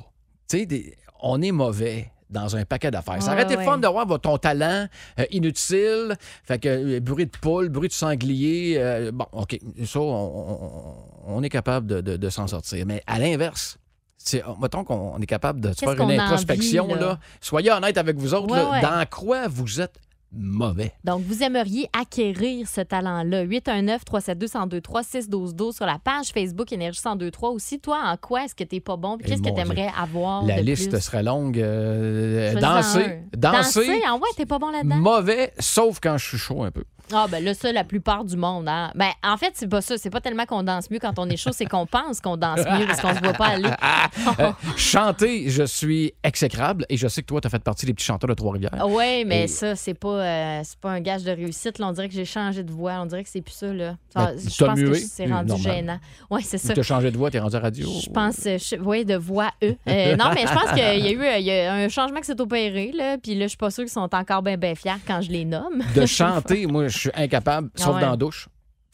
Speaker 6: Tu sais, des- on est mauvais dans un paquet d'affaires. Ça aurait
Speaker 7: Ah Ouais,
Speaker 6: été le
Speaker 7: ouais.
Speaker 6: fun d'avoir votre- ton talent euh, inutile, fait que euh, bruit de poule, bruit de sanglier, euh, bon, OK, ça, on, on- on est capable de- de- de s'en sortir. Mais à l'inverse, c'est- oh, mettons qu'on on est capable de
Speaker 7: Qu'est-ce
Speaker 6: faire
Speaker 7: qu'on
Speaker 6: une
Speaker 7: a envie,
Speaker 6: introspection.
Speaker 7: là?
Speaker 6: là. Soyez honnête avec vous autres.
Speaker 7: Ouais,
Speaker 6: là.
Speaker 7: ouais.
Speaker 6: Dans quoi vous êtes mauvais?
Speaker 7: Donc, vous aimeriez acquérir ce talent-là. 819-372-1023-612-12 sur la page Facebook Énergie 1023 aussi. Toi, en quoi est-ce que t'es pas bon? Puis
Speaker 6: Eh,
Speaker 7: Qu'est-ce que
Speaker 6: mon
Speaker 7: t'aimerais avoir
Speaker 6: La
Speaker 7: de
Speaker 6: liste
Speaker 7: plus?
Speaker 6: serait longue. euh,
Speaker 7: Choisis-en
Speaker 6: danser,
Speaker 7: un.
Speaker 6: danser,
Speaker 7: Danser, ah ouais, t'es pas bon là-dedans?
Speaker 6: mauvais, sauf quand je suis chaud un peu.
Speaker 7: Ah, ben là, ça, la plupart du monde. Hein? Ben, en fait, c'est pas ça. C'est pas tellement qu'on danse mieux quand on est chaud, c'est qu'on pense qu'on danse mieux parce qu'on se voit pas aller.
Speaker 6: Euh, chanter, je suis exécrable et je sais que toi, tu as fait partie des petits chanteurs de
Speaker 7: Ah,
Speaker 6: Trois-Rivières.
Speaker 7: Oui, mais
Speaker 6: Et-
Speaker 7: ça, c'est pas, euh, c'est pas un gage de réussite. Là, on dirait que j'ai changé de voix. On dirait que c'est plus ça. Là. Ça,
Speaker 6: Ben,
Speaker 7: je
Speaker 6: t'as
Speaker 7: pense que
Speaker 6: mué.
Speaker 7: c'est
Speaker 6: Hum,
Speaker 7: rendu
Speaker 6: normal.
Speaker 7: gênant. Oui, c'est ça.
Speaker 6: Tu as changé de voix, tu es rendu à radio.
Speaker 7: Je pense, euh, je- ouais, de voix E. Euh, non, mais je pense qu'il y a eu euh, il y a un changement qui s'est opéré, là, puis là, je suis pas sûre qu'ils sont encore bien bien fiers quand je les nomme.
Speaker 6: De chanter, moi, je suis incapable,
Speaker 7: Ah
Speaker 6: sauf
Speaker 7: ouais.
Speaker 6: dans la douche.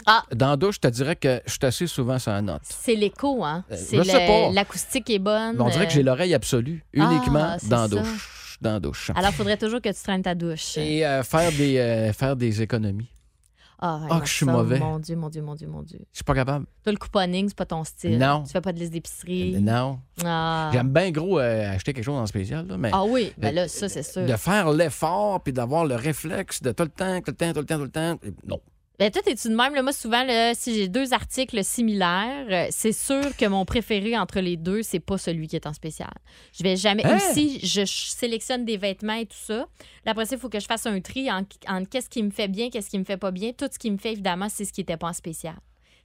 Speaker 7: Ah.
Speaker 6: Dans la douche, je te dirais que je suis assez souvent sur la note.
Speaker 7: C'est l'écho, hein?
Speaker 6: Euh,
Speaker 7: C'est
Speaker 6: je
Speaker 7: le-
Speaker 6: sais pas.
Speaker 7: L'acoustique est bonne.
Speaker 6: Mais on dirait que
Speaker 7: euh,
Speaker 6: j'ai l'oreille absolue, uniquement
Speaker 7: Ah, c'est
Speaker 6: dans la
Speaker 7: ça. Ah,
Speaker 6: douche. Dans la douche.
Speaker 7: Alors, faudrait toujours que tu traînes ta douche.
Speaker 6: Et euh, faire, des, euh, faire des économies.
Speaker 7: Ah, ouais,
Speaker 6: Ah,
Speaker 7: non,
Speaker 6: que je suis
Speaker 7: ça,
Speaker 6: mauvais.
Speaker 7: Mon Dieu, mon Dieu, mon Dieu, mon Dieu.
Speaker 6: Je suis pas capable.
Speaker 7: Toi, le couponing, c'est pas ton style.
Speaker 6: Non.
Speaker 7: Tu fais pas de liste d'épicerie.
Speaker 6: Non.
Speaker 7: Ah.
Speaker 6: J'aime bien Euh, gros euh, acheter quelque chose en spécial, là, mais
Speaker 7: Ah oui, ben là, ça, c'est sûr.
Speaker 6: de faire l'effort puis d'avoir le réflexe de tout le temps, tout le temps, tout le temps, tout le temps. Non.
Speaker 7: Ben, toi, t'es-tu de même? Là, moi, souvent, là, si j'ai deux articles similaires, euh, c'est sûr que mon préféré entre les deux, c'est pas celui qui est en spécial. Je vais jamais.
Speaker 6: Hein?
Speaker 7: Aussi, je ch- sélectionne des vêtements et tout ça. Là, après ça, il faut que je fasse un tri en, en qu'est-ce qui me fait bien, qu'est-ce qui me fait pas bien. Tout ce qui me fait, évidemment, c'est ce qui était pas en spécial.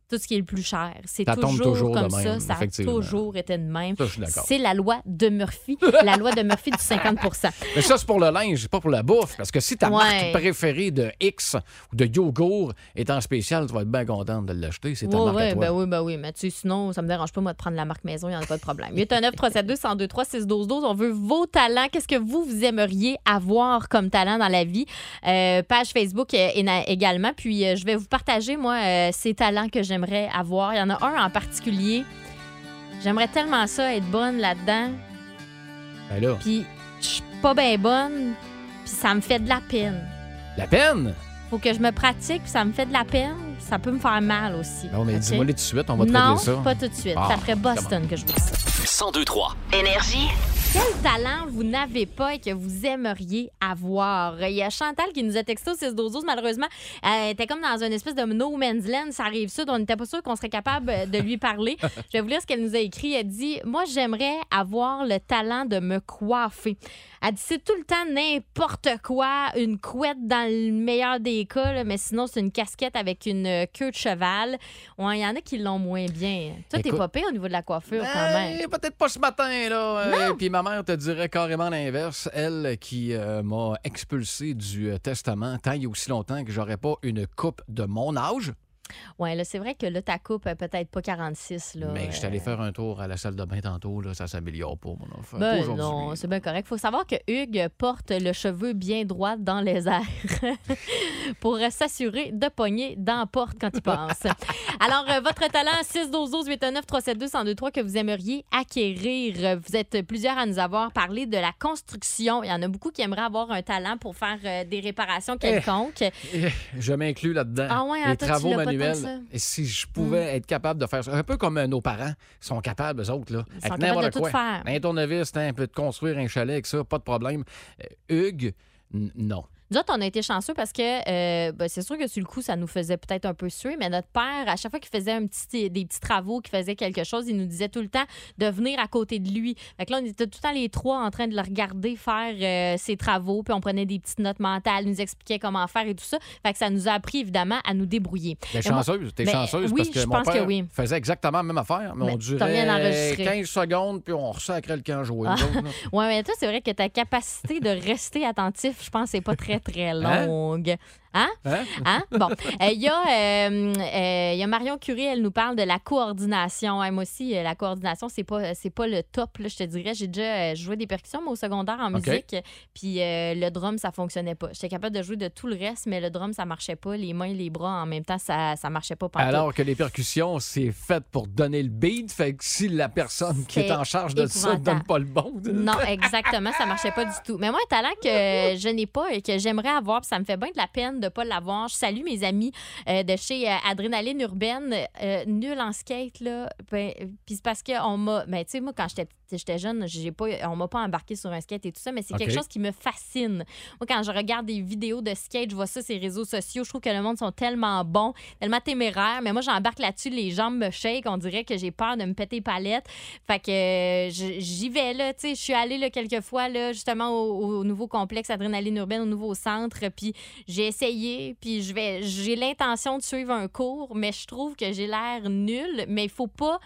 Speaker 7: Tout ce qui est le plus cher. C'est
Speaker 6: Ça
Speaker 7: toujours,
Speaker 6: tombe toujours
Speaker 7: comme
Speaker 6: de
Speaker 7: ça.
Speaker 6: même,
Speaker 7: Ça a
Speaker 6: effectivement.
Speaker 7: toujours été de même.
Speaker 6: Ça, je suis d'accord.
Speaker 7: C'est la loi de Murphy. la loi de Murphy du 50
Speaker 6: Mais ça, c'est pour le linge, pas pour la bouffe. Parce que si ta
Speaker 7: Ouais.
Speaker 6: marque préférée de X ou de yogourt est en spécial, tu vas être bien contente de l'acheter. C'est ta
Speaker 7: Ouais,
Speaker 6: marque à
Speaker 7: ouais,
Speaker 6: toi.
Speaker 7: ben oui, ben oui. Mais tu sais, sinon, ça me dérange pas, moi, de prendre la marque maison, il n'y en a pas de problème. 819 372 1023 612 12 On veut vos talents. Qu'est-ce que vous, vous aimeriez avoir comme talent dans la vie? Euh, page Facebook euh, et na- également. Puis, euh, je vais vous partager, moi, euh, ces talents que j'aimerais avoir. Il y en a un en particulier. J'aimerais tellement ça, être bonne là-dedans.
Speaker 6: Ben là,
Speaker 7: Puis, je suis pas bien bonne. Puis, ça me fait de la peine.
Speaker 6: la peine?
Speaker 7: Faut que je me pratique, puis ça me fait de la peine. Ça peut me faire mal aussi.
Speaker 6: Ben, on est
Speaker 7: OK?
Speaker 6: dis-moi les tout de suite, on va
Speaker 7: non,
Speaker 6: traiter ça.
Speaker 7: pas tout de suite.
Speaker 6: Ah,
Speaker 7: C'est après Boston que je vous dis ça.
Speaker 2: 1023.
Speaker 11: Énergie.
Speaker 7: Quel talent vous n'avez pas et que vous aimeriez avoir? Il y a Chantal qui nous a texté au 6 12 Malheureusement, elle était comme dans une espèce de no man's land. Ça arrive sud. On n'était pas sûr qu'on serait capable euh, de lui parler. Je vais vous lire ce qu'elle nous a écrit. Elle dit Moi, j'aimerais avoir le talent de me coiffer. Elle dit C'est tout le temps n'importe quoi. Une couette dans le meilleur des cas, là, mais sinon, c'est une casquette avec une euh, queue de cheval. Ouais, Il y en a qui l'ont moins bien. Toi, t'es
Speaker 6: Écoute-
Speaker 7: pas pire au niveau de la coiffure quand même.
Speaker 6: Eh, Peut-être pas ce matin, là. Et puis ma mère te dirait carrément l'inverse. Elle qui euh, m'a expulsé du euh, testament tant et aussi longtemps que j'aurais pas une coupe de mon âge.
Speaker 7: Ouais, là, c'est vrai que là, ta coupe, euh, peut-être pas 46, là.
Speaker 6: Mais je suis
Speaker 7: euh,
Speaker 6: allé faire un tour à la salle de bain tantôt, là, ça s'améliore pas, mon enfant.
Speaker 7: ben
Speaker 6: Aujourd'hui.
Speaker 7: non, c'est bien correct. Faut savoir que Hugues porte le cheveu bien droit dans les airs pour euh, s'assurer de pogner dans la porte quand il pense. Alors, euh, votre talent 6 12 12 819 372 1023 que vous aimeriez acquérir. Euh, Vous êtes plusieurs à nous avoir parlé de la construction. Il y en a beaucoup qui aimeraient avoir un talent pour faire euh, des réparations quelconques.
Speaker 6: Eh, Je m'inclus là-dedans.
Speaker 7: Ah ouais, hein,
Speaker 6: Les
Speaker 7: toi, tu
Speaker 6: travaux
Speaker 7: l'as pas tant que ça. Mm.
Speaker 6: manuels. Et si je pouvais être capable de faire ça, un peu comme euh, nos parents sont capables, eux autres, là.
Speaker 7: sont capables de tout faire.
Speaker 6: Un tournevis, hein, un peu de construire un chalet avec ça, pas de problème. Euh, Hugues, n- non.
Speaker 7: Nous autres, on a été chanceux parce que euh, ben, c'est sûr que sur le coup, ça nous faisait peut-être un peu suer, mais notre père, à chaque fois qu'il faisait un petit, des petits travaux, qu'il faisait quelque chose, il nous disait tout le temps de venir à côté de lui. Fait que là, on était tout le temps les trois en train de le regarder faire euh, ses travaux, puis on prenait des petites notes mentales, il nous expliquait comment faire et tout ça. Fait que ça nous a appris, évidemment, à nous débrouiller.
Speaker 6: T'es
Speaker 7: Mais moi-
Speaker 6: chanceuse, t'es
Speaker 7: Mais
Speaker 6: chanceuse
Speaker 7: oui,
Speaker 6: parce que
Speaker 7: je
Speaker 6: mon
Speaker 7: pense
Speaker 6: père
Speaker 7: que oui.
Speaker 6: faisait exactement la même affaire, mais,
Speaker 7: Mais
Speaker 6: on
Speaker 7: t'as rien
Speaker 6: durait
Speaker 7: enregistré.
Speaker 6: 15 secondes, puis on ressacrait le camp joué.
Speaker 7: Ah. Ouais, mais toi, c'est vrai que ta capacité de rester attentif, je pense, c'est pas très, très
Speaker 6: Hein?
Speaker 7: longue. Hein?
Speaker 6: Hein?
Speaker 7: Hein? Bon. Euh, Il y, a, euh, euh, il y a Marion Curie, elle nous parle de la coordination. Hein, moi aussi, euh, la coordination, c'est pas, c'est pas le top, là, je te dirais. J'ai déjà euh, joué des percussions, mais au secondaire en
Speaker 6: OK.
Speaker 7: musique. Puis euh, le drum, ça fonctionnait pas. J'étais capable de jouer de tout le reste, mais le drum, ça marchait pas. Les mains et les bras en même temps, ça, ça marchait pas. pantoute.
Speaker 6: Alors que les percussions, c'est fait pour donner le beat, fait que si la personne qui est
Speaker 7: C'est
Speaker 6: en charge de ça
Speaker 7: épouvantable.
Speaker 6: donne pas le bon...
Speaker 7: Non, exactement, ça marchait pas du tout. Mais moi, un talent que je n'ai pas et que j'aimerais avoir, puis ça me fait bien de la peine de pas l'avoir. Je salue mes amis euh, de chez euh, Adrénaline Urbaine, euh, nul en skate là. Ben, puis c'est parce que on m'a, ben, tu sais moi quand j'étais petite- j'étais jeune, j'ai pas, on m'a pas embarqué sur un skate et tout ça, mais c'est
Speaker 6: OK.
Speaker 7: quelque chose qui me fascine. Moi, quand je regarde des vidéos de skate, je vois ça sur les réseaux sociaux, je trouve que le monde sont tellement bons, tellement téméraires, mais moi, j'embarque là-dessus, les jambes me shake, on dirait que j'ai peur de me péter palette. Fait que euh, j- j'y vais, là, tu sais, je suis allée, là, quelques fois, là, justement, au, au nouveau complexe Adrénaline Urbaine, au nouveau centre, puis j'ai essayé, puis je vais, j'ai l'intention de suivre un cours, mais je trouve que j'ai l'air nulle, mais il faut pas,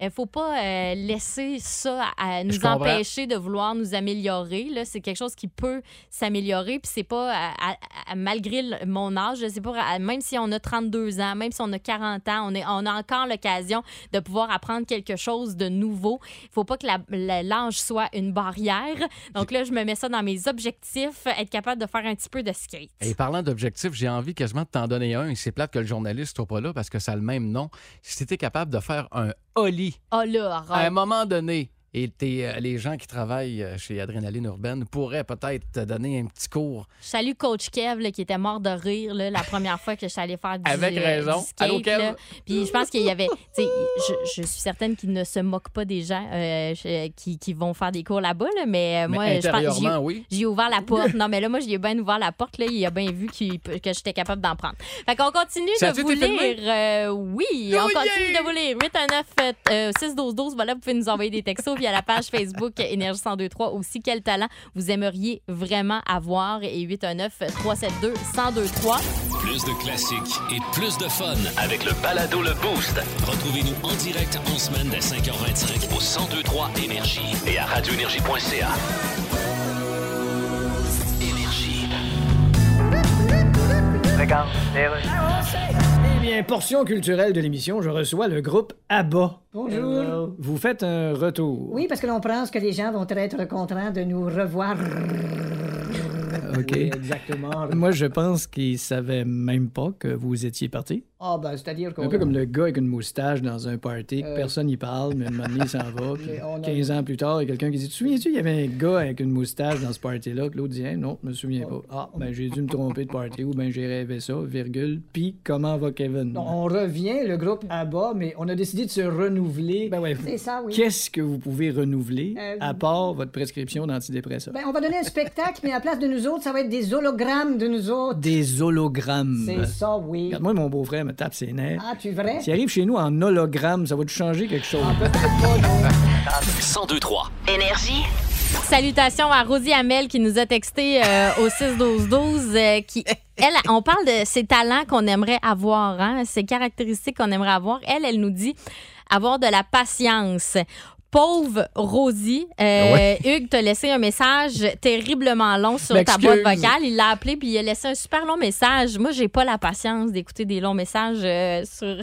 Speaker 7: euh, faut pas euh, laisser ça à- à
Speaker 6: Je
Speaker 7: nous
Speaker 6: comprends.
Speaker 7: empêcher de vouloir nous améliorer, là, c'est quelque chose qui peut s'améliorer. Puis c'est pas à- à- à- malgré le- mon âge, je sais pas, à- même si on a 32 ans, même si on a 40 ans, on, est, on a encore l'occasion de pouvoir apprendre quelque chose de nouveau. Il faut pas que la- la- l'âge soit une barrière. Donc là, je me mets ça dans mes objectifs, être capable de faire un petit peu de skate.
Speaker 6: Et parlant d'objectifs, j'ai envie quasiment de t'en donner un, et c'est plate que le journaliste soit pas là parce que ça a le même nom. Si t'étais capable de faire un Oli
Speaker 7: Oh là,
Speaker 6: à un
Speaker 7: arrête.
Speaker 6: moment donné, Et tes, euh, les gens qui travaillent euh, chez Adrénaline Urbaine pourraient peut-être te donner un petit cours.
Speaker 7: Je salue Coach Kev là, qui était mort de rire là, la première fois que je suis allée faire du
Speaker 6: Avec
Speaker 7: euh,
Speaker 6: raison.
Speaker 7: du skate,
Speaker 6: Allô, Kev?
Speaker 7: là. Puis je pense qu'il y avait. tu sais, Je, je suis certaine qu'il ne se moque pas des gens euh, je- qui, qui vont faire des cours là-bas, là, mais euh,
Speaker 6: Mais
Speaker 7: moi, je pense
Speaker 6: intérieurement,
Speaker 7: j'ai-
Speaker 6: oui.
Speaker 7: j'ai ouvert la porte. Non, mais là, moi, j'ai bien ouvert la porte. Là, il a bien vu qu'il- que j'étais capable d'en prendre. Fait qu'on continue de
Speaker 6: Ça a-tu
Speaker 7: vous
Speaker 6: été filmé?
Speaker 7: lire. euh, oui,
Speaker 6: Oh,
Speaker 7: on continue de vous lire. 819 euh, 612 Voilà, vous pouvez nous envoyer des textos via la page Facebook Énergie 1023 aussi. Quel talent vous aimeriez vraiment avoir? Et 819 372 1023
Speaker 2: Plus de classiques et plus de fun avec le balado Le Boost. Retrouvez-nous en direct en semaine dès 5h25 au 1023 Énergie et à radioénergie.ca.
Speaker 11: Eh bien, portion culturelle de l'émission, je reçois le groupe ABBA.
Speaker 3: Bonjour.
Speaker 11: Vous faites un retour.
Speaker 3: Oui, parce que l'on pense que les gens vont être contents de nous revoir.
Speaker 11: OK.
Speaker 4: exactement.
Speaker 11: Moi, je pense qu'ils savaient même pas que vous étiez parti.
Speaker 3: Ah, ben, c'est-à-dire qu'on.
Speaker 11: Un peu comme le gars avec une moustache dans un party, que
Speaker 3: Euh.
Speaker 11: personne n'y parle, mais un moment donné, il s'en va. puis
Speaker 3: Mais on a-
Speaker 11: 15 ans plus tard, il y a quelqu'un qui dit Tu te souviens-tu, il y avait un gars avec une moustache dans ce party-là que l'autre dit Hein, Non, je me souviens pas. Ah, ben j'ai dû me tromper de party ou ben j'ai rêvé ça, virgule. Puis comment va Kevin
Speaker 4: On revient, le groupe
Speaker 11: Ah.
Speaker 4: ABBA, mais on a décidé de se renouveler.
Speaker 11: Ben ouais.
Speaker 3: C'est ça, oui.
Speaker 11: Qu'est-ce que vous pouvez renouveler
Speaker 3: Euh,
Speaker 11: à part votre prescription d'antidépresseur
Speaker 3: Ben, on va donner un spectacle, mais à la place de nous autres, ça va être des hologrammes de nous autres.
Speaker 11: Des hologrammes.
Speaker 4: Ben,
Speaker 3: C'est ça, oui.
Speaker 11: Regarde-moi, mon beau-frère me tape ses nerfs.
Speaker 3: Ah, tu vrai?
Speaker 11: S'il arrive chez nous en hologramme, ça va te changer quelque chose.
Speaker 2: 1023
Speaker 12: Énergie.
Speaker 7: Salutations à Rosie Hamel qui nous a texté euh, au 6-12-12. euh, qui, elle, on parle de ses talents qu'on aimerait avoir, hein, ses caractéristiques qu'on aimerait avoir. Elle, elle nous dit avoir de la patience. Pauvre Rosie, euh,
Speaker 6: Ben
Speaker 13: Ouais.
Speaker 7: Hugues t'a laissé un message terriblement long sur
Speaker 13: Ben,
Speaker 7: ta boîte
Speaker 13: excuse.
Speaker 7: vocale. Il l'a appelé puis il a laissé un super long message. Moi, j'ai pas la patience d'écouter des longs messages euh, sur,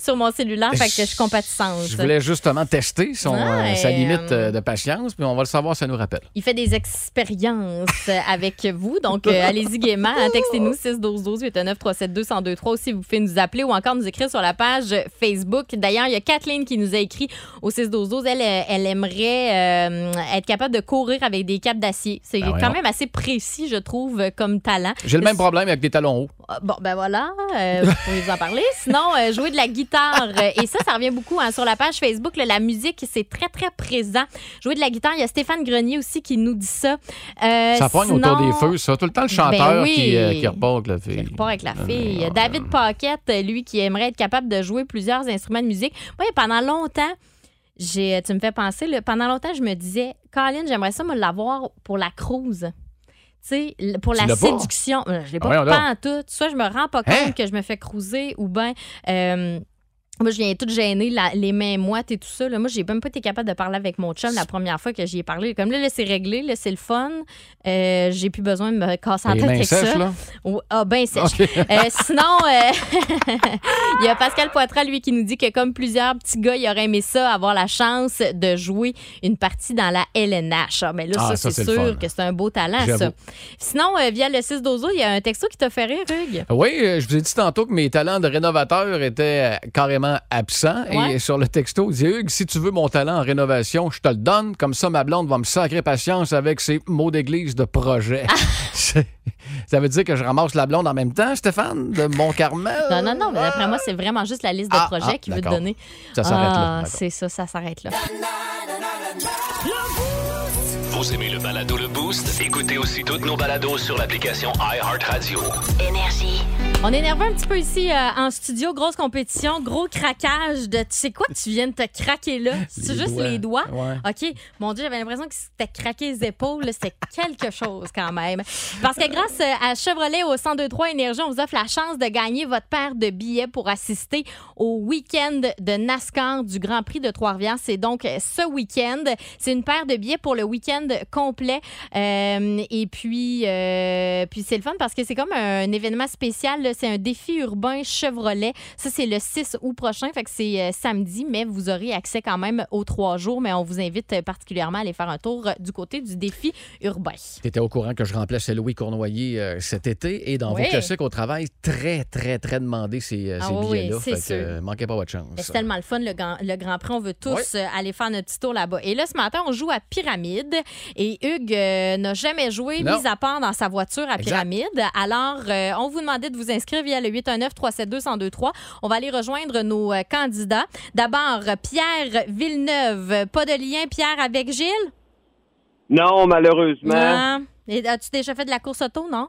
Speaker 7: sur mon cellulaire, Ah, fait que je suis compatissante.
Speaker 6: Je voulais justement tester son,
Speaker 7: Ouais,
Speaker 6: euh, sa limite
Speaker 7: euh,
Speaker 6: euh, de patience, puis on va le savoir si ça nous rappelle.
Speaker 7: Il fait des expériences euh, avec vous. Donc, euh, allez-y gaiement. hein, Textez-nous 612-12-819-372-1023 aussi. Vous pouvez nous appeler ou encore nous écrire sur la page Facebook. D'ailleurs, il y a Kathleen qui nous a écrit au 612-12. Elle, euh, elle aimerait euh, être capable de courir avec des capes d'acier. C'est
Speaker 6: Ben voyons.
Speaker 7: quand même assez précis, je trouve, euh, comme talent.
Speaker 6: J'ai le même problème avec des talons hauts.
Speaker 7: Ah, Bon, ben voilà, euh, vous pouvez vous en parler. Sinon, euh, jouer de la guitare. Euh, Et ça, ça revient beaucoup hein, sur la page Facebook. là, la musique, c'est très, très présent. Jouer de la guitare, il y a Stéphane Grenier aussi qui nous dit ça. Euh,
Speaker 6: ça pogne autour des
Speaker 7: sinon-
Speaker 6: feux, ça. Tout le temps le chanteur
Speaker 7: Ben oui.
Speaker 6: qui, euh, qui repart avec la fille.
Speaker 7: Pas avec
Speaker 13: Euh,
Speaker 7: la fille. David Paquette, lui, qui aimerait être capable de jouer plusieurs instruments de musique. Moi, pendant longtemps, j'ai, tu me fais penser, là, pendant longtemps, je me disais, Colin, j'aimerais ça me l'avoir pour la cruise. Tu sais, l- pour
Speaker 13: Tu
Speaker 7: la
Speaker 13: l'as pas?
Speaker 7: séduction. Euh, Je l'ai
Speaker 13: Ah,
Speaker 7: pas,
Speaker 13: voyons donc. Hein?
Speaker 7: pas en tout. Soit je me rends pas compte que je me fais cruiser ou bien. euh, moi, je viens toute gênée, la- les mains moites et tout ça. là. Moi, j'ai même pas été capable de parler avec mon chum la première fois que j'y ai parlé. Comme là, là, c'est réglé, là, c'est le fun. Euh, j'ai plus besoin de me casser la
Speaker 13: Les
Speaker 7: tête
Speaker 13: mains
Speaker 7: avec
Speaker 13: sèches,
Speaker 7: ça.
Speaker 13: là?
Speaker 7: Ou- Ah, ben sèche.
Speaker 13: Ok.
Speaker 7: Euh, sinon, euh, il y a Pascal Poitras, lui, qui nous dit que comme plusieurs petits gars, il aurait aimé ça, avoir la chance de jouer une partie dans la LNH. Ah, mais là,
Speaker 6: Ah,
Speaker 7: ça,
Speaker 6: ça,
Speaker 7: c'est
Speaker 6: c'est le
Speaker 7: sûr
Speaker 6: fun.
Speaker 7: que c'est un beau talent,
Speaker 6: J'avoue.
Speaker 7: ça. Sinon, euh, via le 6 d'Ozo, il y a un texto qui t'a fait rire, Hugues.
Speaker 6: Oui, euh, je vous ai dit tantôt que mes talents de rénovateur étaient euh, carrément absents.
Speaker 7: Ouais.
Speaker 6: Et sur le texto, il dit Hugues, si tu veux mon talent en rénovation, je te le donne. Comme ça, ma blonde va me sacrer patience avec ses mots d'église de projet.
Speaker 7: Ah.
Speaker 6: C'est- ça veut dire que je ramasse la blonde en même temps, Stéphane, de mon Carmel.
Speaker 7: Non, non, non, mais d'après moi, c'est vraiment juste la liste de
Speaker 6: Ah,
Speaker 7: projets
Speaker 6: ah,
Speaker 7: qu'il veut te
Speaker 6: d'accord.
Speaker 7: donner.
Speaker 6: Ça s'arrête là,
Speaker 7: Ah,
Speaker 6: d'accord.
Speaker 7: C'est ça, ça s'arrête là.
Speaker 2: Vous aimez le balado Le Boost? Écoutez aussi toutes nos balados sur l'application iHeartRadio.
Speaker 12: Énergie.
Speaker 7: On est nerveux un petit peu ici euh, en studio. Grosse compétition, gros craquage de. Tu sais quoi, tu viens de te craquer là? C'est
Speaker 13: Les
Speaker 7: juste
Speaker 13: doigts.
Speaker 7: les doigts?
Speaker 13: Ouais.
Speaker 7: OK. Mon Dieu, j'avais l'impression que c'était craqué les épaules. là. C'était quelque chose quand même. Parce que grâce euh, à Chevrolet au 1023 Énergie, on vous offre la chance de gagner votre paire de billets pour assister au week-end de NASCAR du Grand Prix de Trois-Rivières. C'est donc euh, ce week-end. C'est une paire de billets pour le week-end complet. Euh, et puis, euh, puis c'est le fun parce que c'est comme un événement spécial. là. c'est un défi urbain Chevrolet. Ça, c'est le 6 août prochain, fait que c'est euh, samedi, mais vous aurez accès quand même aux trois jours. Mais on vous invite euh, particulièrement à aller faire un tour euh, du côté du défi urbain.
Speaker 6: Tu étais au courant que je remplaçais Louis Cournoyer euh, cet été et dans
Speaker 7: Oui.
Speaker 6: vos classiques au travail, très, très, très demandé ces, euh,
Speaker 7: Ah
Speaker 6: ces
Speaker 7: oui,
Speaker 6: billets-là.
Speaker 7: c'est
Speaker 6: fait que
Speaker 7: sûr.
Speaker 6: euh, manquez pas votre
Speaker 7: Mais
Speaker 6: chance.
Speaker 7: C'est tellement le fun, le grand, le grand Prix. On veut tous euh, aller faire notre petit tour là-bas. Et là, ce matin, on joue à Pyramide. Et Hugues euh, n'a jamais joué,
Speaker 12: Non.
Speaker 7: mis à part dans sa voiture à
Speaker 12: Exact.
Speaker 7: Pyramide. Alors, euh, on vous demandait de vous inscrire via le 819-372-1023. On va aller rejoindre nos euh, candidats. D'abord, Pierre Villeneuve. Pas de lien, Pierre, avec Gilles?
Speaker 13: Non, malheureusement.
Speaker 7: Non. Et as-tu déjà fait de la course auto, non?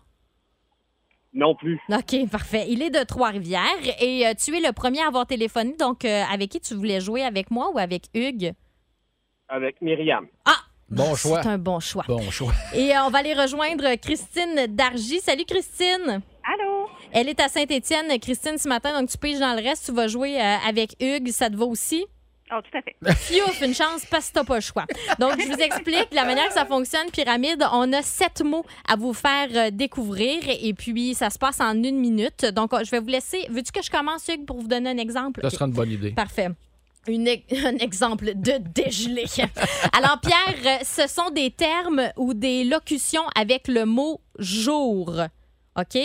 Speaker 13: Non plus.
Speaker 7: OK, parfait. Il est de Trois-Rivières et euh, tu es le premier à avoir téléphoné. Donc, euh, avec qui tu voulais jouer? Avec moi ou avec Hugues?
Speaker 13: Avec Myriam.
Speaker 7: Ah!
Speaker 6: Bon choix.
Speaker 7: C'est un bon choix.
Speaker 6: Bon choix.
Speaker 7: Et euh, on va aller rejoindre Christine Dargy. Salut, Christine!
Speaker 14: Allô?
Speaker 7: Elle est à Saint-Étienne, Christine, ce matin. Donc, tu piges dans le reste. Tu vas jouer euh, avec Hugues. Ça te va aussi?
Speaker 14: Oh, tout à fait.
Speaker 7: Fiouf, une chance parce que t'as pas le choix. Donc, je vous explique la manière que ça fonctionne, Pyramide. On a sept mots à vous faire euh, découvrir et puis ça se passe en une minute. Donc, euh, je vais vous laisser. Veux-tu que je commence, Hugues, pour vous donner un exemple?
Speaker 6: Ça sera une bonne idée.
Speaker 7: Parfait. Une e- un exemple de dégelé. Alors, Pierre, euh, ce sont des termes ou des locutions avec le mot jour. OK?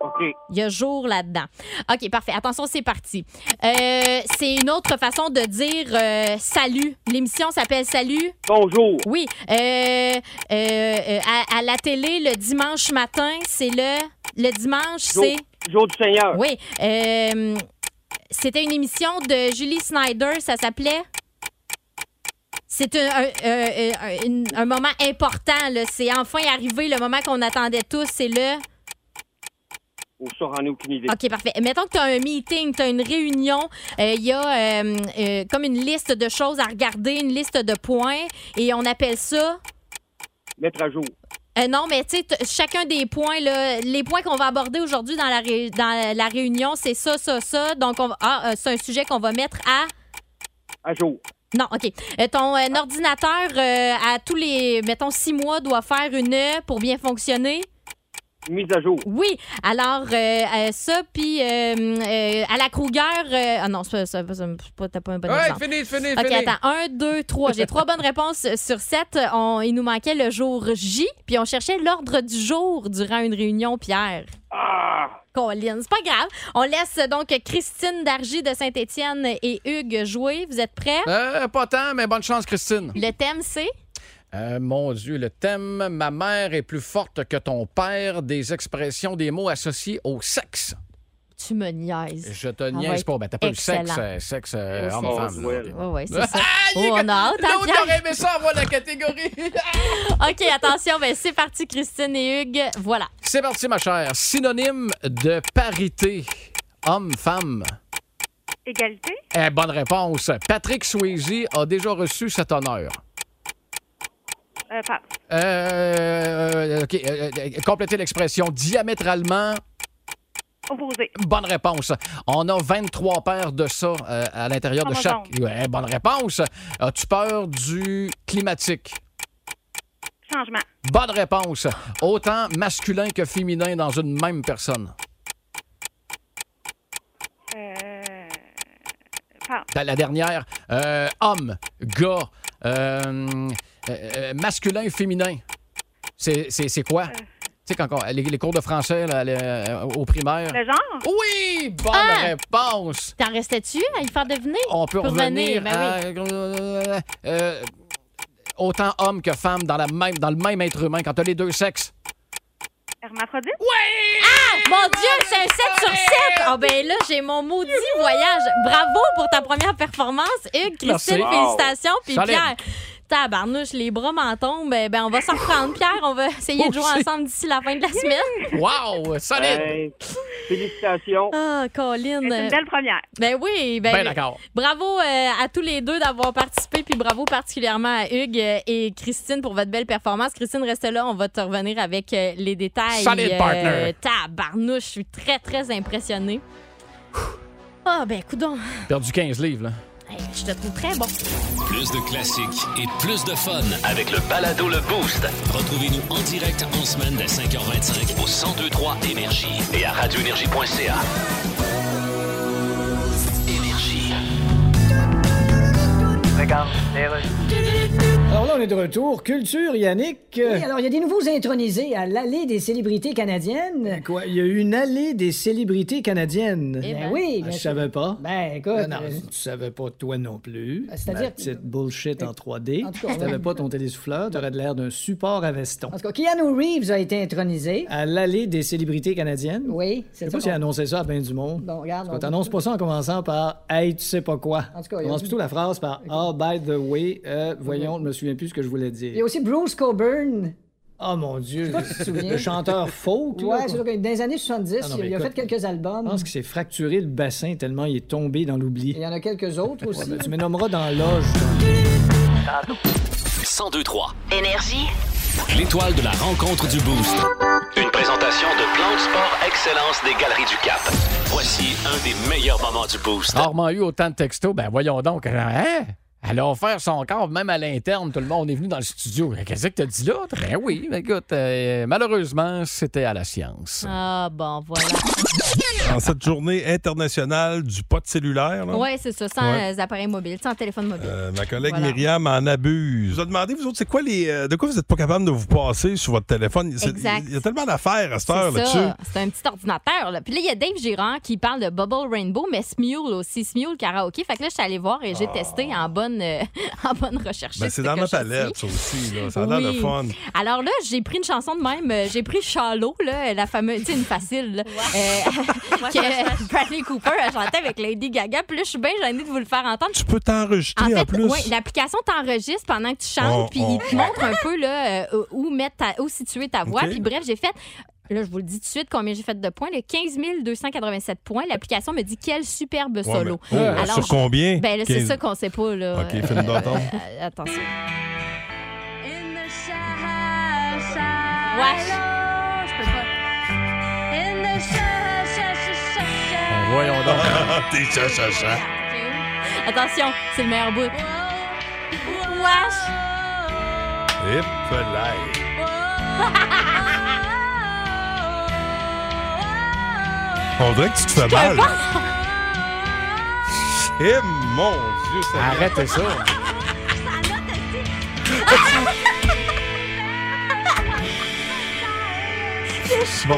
Speaker 13: OK.
Speaker 7: Il y a jour là-dedans. OK, parfait. Attention, c'est parti. Euh, c'est une autre façon de dire euh, salut. L'émission s'appelle Salut.
Speaker 13: Bonjour.
Speaker 7: Oui. Euh, euh, euh, à, à la télé, le dimanche matin, c'est le. Le dimanche,
Speaker 13: Jour,
Speaker 7: c'est.
Speaker 13: jour du Seigneur.
Speaker 7: Oui. Euh, C'était une émission de Julie Snyder, ça s'appelait. C'est un, un- euh, euh, une- un moment important. là. C'est enfin arrivé le moment qu'on attendait tous. C'est le.
Speaker 13: On sort en aucune idée.
Speaker 7: OK, parfait. Mettons que tu as un meeting, tu as une réunion, euh, il y a euh, euh, comme une liste de choses à regarder, une liste de points, et on appelle ça.
Speaker 13: Mettre à jour.
Speaker 7: Euh, non, mais tu sais, t- chacun des points, là, les points qu'on va aborder aujourd'hui dans, la ré- dans la réunion, c'est ça, ça, ça. Donc, on va- ah, euh, c'est un sujet qu'on va mettre à.
Speaker 13: À jour.
Speaker 7: Non, OK. Euh, ton euh,
Speaker 13: Ah.
Speaker 7: ordinateur, euh, à tous les, mettons, six mois, doit faire une euh, pour bien fonctionner.
Speaker 13: Mise à jour.
Speaker 7: Oui, alors euh, euh, ça, puis euh, euh, à la Kruger... euh, ah non, c'est pas- c'est pas- c'est pas- t'as pas un bon
Speaker 6: Ouais,
Speaker 7: exemple.
Speaker 6: fini, fini,
Speaker 7: OK,
Speaker 6: fini.
Speaker 7: attends, un, deux, trois. J'ai trois bonnes réponses sur sept. On- il nous manquait le jour J, puis on cherchait l'ordre du jour durant une réunion, Pierre.
Speaker 13: Ah!
Speaker 7: Colin, c'est pas grave. On laisse donc Christine Dargy de Saint-Étienne et Hugues jouer. Vous êtes prêts?
Speaker 6: Euh, pas tant, mais bonne chance, Christine.
Speaker 7: Le thème, c'est...
Speaker 6: Euh, mon Dieu, le thème Ma mère est plus forte que ton père, des expressions, des mots associés au sexe.
Speaker 7: Tu me niaises.
Speaker 6: Je te
Speaker 7: Ah,
Speaker 6: niaise
Speaker 7: ouais.
Speaker 6: pas. Ben, t'as pas
Speaker 7: Excellent.
Speaker 6: le sexe, euh, sexe euh,
Speaker 7: Au
Speaker 6: homme-femme.
Speaker 7: sexe.
Speaker 6: là.
Speaker 7: Ouais, ouais, c'est
Speaker 6: Ah,
Speaker 7: ça.
Speaker 6: il est
Speaker 7: Oh, on a hâte, hein,
Speaker 6: L'autre,
Speaker 7: Pierre?
Speaker 6: t'aurais aimé ça avoir la catégorie.
Speaker 7: OK, attention, ben, c'est parti, Christine et Hugues. Voilà.
Speaker 6: C'est parti, ma chère. Synonyme de parité, homme-femme.
Speaker 14: Égalité?
Speaker 6: Eh, bonne réponse. Patrick Swayze a déjà reçu cet honneur.
Speaker 14: Euh, pas.
Speaker 6: Euh, OK. euh, euh, complétez l'expression diamétralement.
Speaker 14: Opposé.
Speaker 6: Bonne réponse. On a 23 paires de ça euh, à l'intérieur de
Speaker 14: Amazon.
Speaker 6: chaque. Ouais, bonne réponse. As-tu peur du climatique?
Speaker 14: Changement.
Speaker 6: Bonne réponse. Autant masculin que féminin dans une même personne.
Speaker 14: Euh, pas.
Speaker 6: La- La dernière, euh, homme, gars, euh, euh, euh, masculin, féminin. C'est c'est- c'est quoi? Tu sais, quand on- les, les cours de français là, le- euh, au primaire.
Speaker 7: Le
Speaker 6: genre? Oui! Bonne réponse!
Speaker 7: T'en restais-tu à y faire deviner?
Speaker 6: On peut
Speaker 7: Pour
Speaker 6: revenir
Speaker 7: venir, ben
Speaker 6: à- euh, autant homme que femme dans, la même, dans le même être humain quand tu as les deux sexes.
Speaker 14: Hermaphrodite?
Speaker 6: Oui!
Speaker 7: Ah! Mon Dieu, c'est un 7 sur 7! Ah ben là, j'ai mon maudit voyage. Bravo pour ta première performance. Hugues, Christine,
Speaker 12: Merci. Wow.
Speaker 7: félicitations. Puis
Speaker 12: Solide.
Speaker 7: Pierre, tabarnouche, les bras m'en tombent. Ben, ben, on va s'en reprendre, Pierre. On va essayer de jouer
Speaker 6: Aussi.
Speaker 7: ensemble d'ici la fin de la semaine.
Speaker 6: Wow! Solide!
Speaker 13: Ben, félicitations.
Speaker 7: Ah, Colin.
Speaker 13: C'est une belle
Speaker 7: première. Ben oui. Ben,
Speaker 13: Ben d'accord.
Speaker 7: Bravo euh, à tous les deux d'avoir participé, puis bravo particulièrement à Hugues euh, et Christine pour votre belle performance. Christine, reste là, on va te revenir avec euh, les détails. euh,
Speaker 12: Solid partner.
Speaker 7: Tabarnouche, je suis très, très impressionnée. Ah, ben, coudon.
Speaker 6: Perdu 15 livres, là.
Speaker 7: Hey, je te trouve très bon.
Speaker 2: Plus de classiques et plus de fun avec le balado Le Boost. Retrouvez-nous en direct en semaine dès 5h25 au 1023 Énergie et à radioénergie.ca.
Speaker 4: Alors là, on est de retour. Culture, Yannick.
Speaker 3: Oui, alors il y a des nouveaux intronisés à l'allée des célébrités canadiennes.
Speaker 4: Euh, Quoi? Il y a une allée des célébrités canadiennes.
Speaker 3: Eh ben oui,
Speaker 4: Ah,
Speaker 3: bien
Speaker 4: je
Speaker 3: sûr.
Speaker 4: savais pas. Ah,
Speaker 3: Ben écoute,
Speaker 4: non,
Speaker 3: euh,
Speaker 4: tu savais pas toi non plus.
Speaker 3: Ah, c'est-à-dire-
Speaker 4: Ma petite bullshit en 3D.
Speaker 3: En tout cas,
Speaker 4: si t'avais
Speaker 3: ouais.
Speaker 4: pas ton télésouffleur, t'aurais de l'air d'un support à veston.
Speaker 3: en tout cas, Keanu Reeves a été intronisé.
Speaker 4: À l'allée des célébrités canadiennes.
Speaker 3: Oui,
Speaker 4: Je
Speaker 3: c'est
Speaker 4: sais
Speaker 3: ça.
Speaker 4: pas si
Speaker 3: qu'on-
Speaker 4: annoncé ça à bien du monde.
Speaker 3: Bon, regarde.
Speaker 4: Quand
Speaker 3: on-
Speaker 4: t'annonces pas ça en commençant par Hey, tu sais pas quoi.
Speaker 3: En tout cas, il y a-
Speaker 4: Commence plutôt la phrase par Ah, by the way, euh, voyons, je me souviens plus ce que je voulais dire.
Speaker 3: Il y a aussi Bruce Coburn.
Speaker 4: Oh mon Dieu,
Speaker 3: pas si tu te souviens.
Speaker 4: le chanteur folk, là,
Speaker 3: Ouais, c'est ça. Dans les années 70,
Speaker 4: Ah non,
Speaker 3: il a-
Speaker 4: mais
Speaker 3: il a fait
Speaker 4: écoute,
Speaker 3: quelques albums.
Speaker 4: Je pense qu'il s'est fracturé le bassin tellement il est tombé dans l'oubli.
Speaker 3: Il y en a quelques autres aussi.
Speaker 4: Ouais, ben, tu me nommeras dans l'oge.
Speaker 2: 1023.
Speaker 12: Énergie.
Speaker 2: L'étoile de la rencontre du Boost. Une présentation de Plan de Sport Excellence des Galeries du Cap. Voici un des meilleurs moments du Boost.
Speaker 6: Rarement eu autant de textos. Ben voyons donc. Hein? Elle a offert son corps, même à l'interne. Tout le monde est venu dans le studio. Qu'est-ce que t'as dit là? Ben oui, ben écoute, euh, malheureusement, c'était à la science.
Speaker 7: Ah, bon, voilà.
Speaker 15: En cette journée internationale du pot cellulaire, là,
Speaker 7: Ouais, c'est ça, sans
Speaker 15: Ouais.
Speaker 7: euh, appareils mobiles, sans téléphone mobile.
Speaker 15: euh, ma collègue
Speaker 7: Voilà.
Speaker 15: Myriam en abuse. Vous a demandé, vous autres, c'est quoi les. euh, de quoi vous n'êtes pas capable de vous passer sur votre téléphone? C'est-
Speaker 7: Exact.
Speaker 15: Il y a tellement d'affaires à cette heure
Speaker 7: C'est
Speaker 15: là-dessus.
Speaker 7: ça, c'est un petit ordinateur. Là. Puis là, il y a Dave Girard qui parle de Bubble Rainbow, mais Smule aussi, Smule karaoké. Fait que là, je suis allée voir et j'ai testé en bonne, euh, en bonne recherche.
Speaker 15: Ah. Ben, c'est dans ma palette, ça aussi. Là. Ça a l'air de
Speaker 7: Oui.
Speaker 15: fun.
Speaker 7: Alors là, j'ai pris une chanson de même. euh, J'ai pris Shallow, là, la fameuse, tu sais, une facile, là, euh,
Speaker 12: Wesh, wesh,
Speaker 7: que Bradley Cooper a chanté avec Lady Gaga. Puis là, je suis bien gênée de vous le faire entendre.
Speaker 15: Tu peux t'enregistrer en, plus.
Speaker 7: Oui, l'application t'enregistre pendant que tu chantes,
Speaker 15: Oh,
Speaker 7: puis
Speaker 15: oh,
Speaker 7: il te
Speaker 15: oh.
Speaker 7: montre un peu là, euh, où, mettre ta- où situer ta voix.
Speaker 15: OK.
Speaker 7: Puis bref, j'ai fait, là, je vous le dis tout de suite, combien j'ai fait de points, le 15 287 points. L'application me dit quel superbe
Speaker 15: Ouais,
Speaker 7: solo.
Speaker 15: mais- oh, sur
Speaker 7: je-
Speaker 15: combien?
Speaker 7: Ben là, c'est
Speaker 15: 15?
Speaker 7: ça qu'on sait pas, là.
Speaker 15: OK, film d'automne.
Speaker 7: euh, attention.
Speaker 15: Ben, voyons donc. T'es ça, ça, ça.
Speaker 7: Attention, c'est le meilleur bout.
Speaker 15: Hip, là. On dirait que tu te fais mal. Eh mon Dieu, ça
Speaker 6: Arrête ça.
Speaker 15: Bon.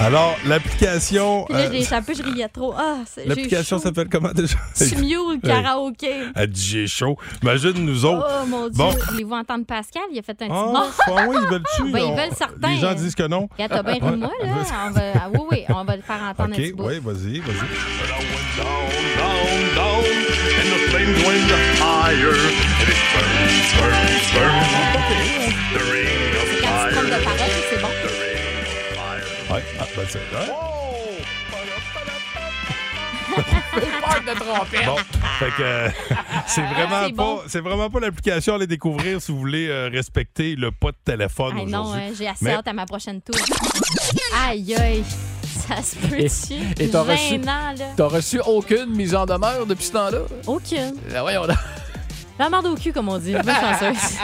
Speaker 15: Alors, l'application.
Speaker 7: Puis là,
Speaker 15: euh,
Speaker 7: je l'ai échappé, je riais trop. Ah, c'est- j'ai
Speaker 15: l'application
Speaker 7: chaud.
Speaker 15: s'appelle comment déjà?
Speaker 7: Smule karaoké.
Speaker 15: Elle dit j'ai chaud. Imagine nous autres.
Speaker 7: Oh mon Dieu,
Speaker 15: Bon.
Speaker 7: voulez-vous entendre Pascal? Il a fait un petit
Speaker 15: Ah,
Speaker 7: bout.
Speaker 15: ah oui, ils veulent-tu?
Speaker 7: Ben, ils
Speaker 15: On-
Speaker 7: veulent certains.
Speaker 15: Les gens disent que non.
Speaker 7: Regarde, t'as bien ri de moi, là. On va... ah, oui, oui, on va le faire entendre
Speaker 15: OK,
Speaker 7: un petit bout.
Speaker 15: oui, vas-y, vas-y.
Speaker 7: Quand tu prends de parole, c'est bon.
Speaker 15: Ouais, ah, ben, c'est ouais.
Speaker 6: de trompette.
Speaker 15: Bon, fait que euh, c'est vraiment,
Speaker 7: Ah, C'est bon.
Speaker 15: pas- c'est vraiment pas l'application à aller découvrir si vous voulez euh, respecter le pas de téléphone
Speaker 7: Ah, non,
Speaker 15: aujourd'hui.
Speaker 7: hein, j'ai assez
Speaker 15: Mais-
Speaker 7: hâte à ma prochaine tour. Aïe, aïe. Ça se peut-tu?
Speaker 6: Et t'as reçu-
Speaker 7: Gênant, là.
Speaker 6: T'as reçu aucune mise en demeure depuis ce temps-là?
Speaker 7: Aucune.
Speaker 6: Ben voyons donc.
Speaker 7: La merde au cul, comme on dit. Bonne chanceuse.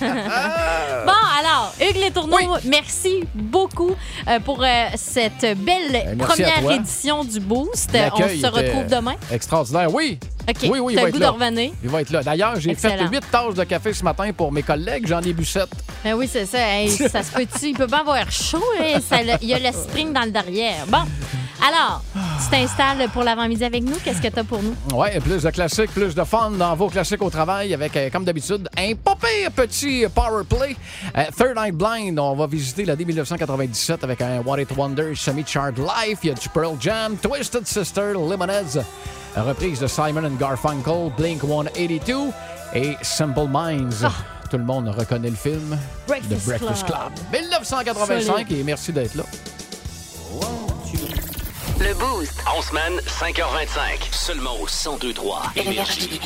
Speaker 7: bon, alors, Hugues Les Tourneaux, merci beaucoup euh, pour euh, cette belle
Speaker 6: Ben, merci à
Speaker 7: première
Speaker 6: toi.
Speaker 7: édition du Boost. On
Speaker 6: L'accueil
Speaker 7: se
Speaker 6: était
Speaker 7: retrouve demain.
Speaker 6: Extraordinaire, oui.
Speaker 7: OK,
Speaker 6: Oui, oui, il
Speaker 7: t'as le
Speaker 6: va être
Speaker 7: goût
Speaker 6: là.
Speaker 7: de revenir?
Speaker 6: Il va être là. D'ailleurs, j'ai fait
Speaker 7: Excellent.
Speaker 6: huit tasses de café ce matin pour mes collègues. J'en ai bu sept.
Speaker 7: Ben oui, c'est ça. Hey, ça se peut-tu? Il peut pas avoir chaud. hein? Ça le- il y a le spring dans le derrière. Bon, alors, tu t'installes pour l'avant-midi avec nous. Qu'est-ce que t'as pour nous?
Speaker 6: Oui, plus de classiques, plus de fun dans vos classiques au travail avec, euh, comme d'habitude, un pas pire petit power play. Euh, Third Eye Blind, on va visiter l'année 1997 avec un What It Wonder, Semi Charred Life. Il y a du Pearl Jam, Twisted Sister, Lemonades, reprise de Simon and Garfunkel, Blink 182 et Simple Minds. Tout le monde reconnaît le film The
Speaker 12: Breakfast
Speaker 6: Breakfast Club.
Speaker 12: Club.
Speaker 6: 1985 et merci d'être là.
Speaker 2: Le Boost. En semaine, 5h25. Seulement au 1023 Énergie.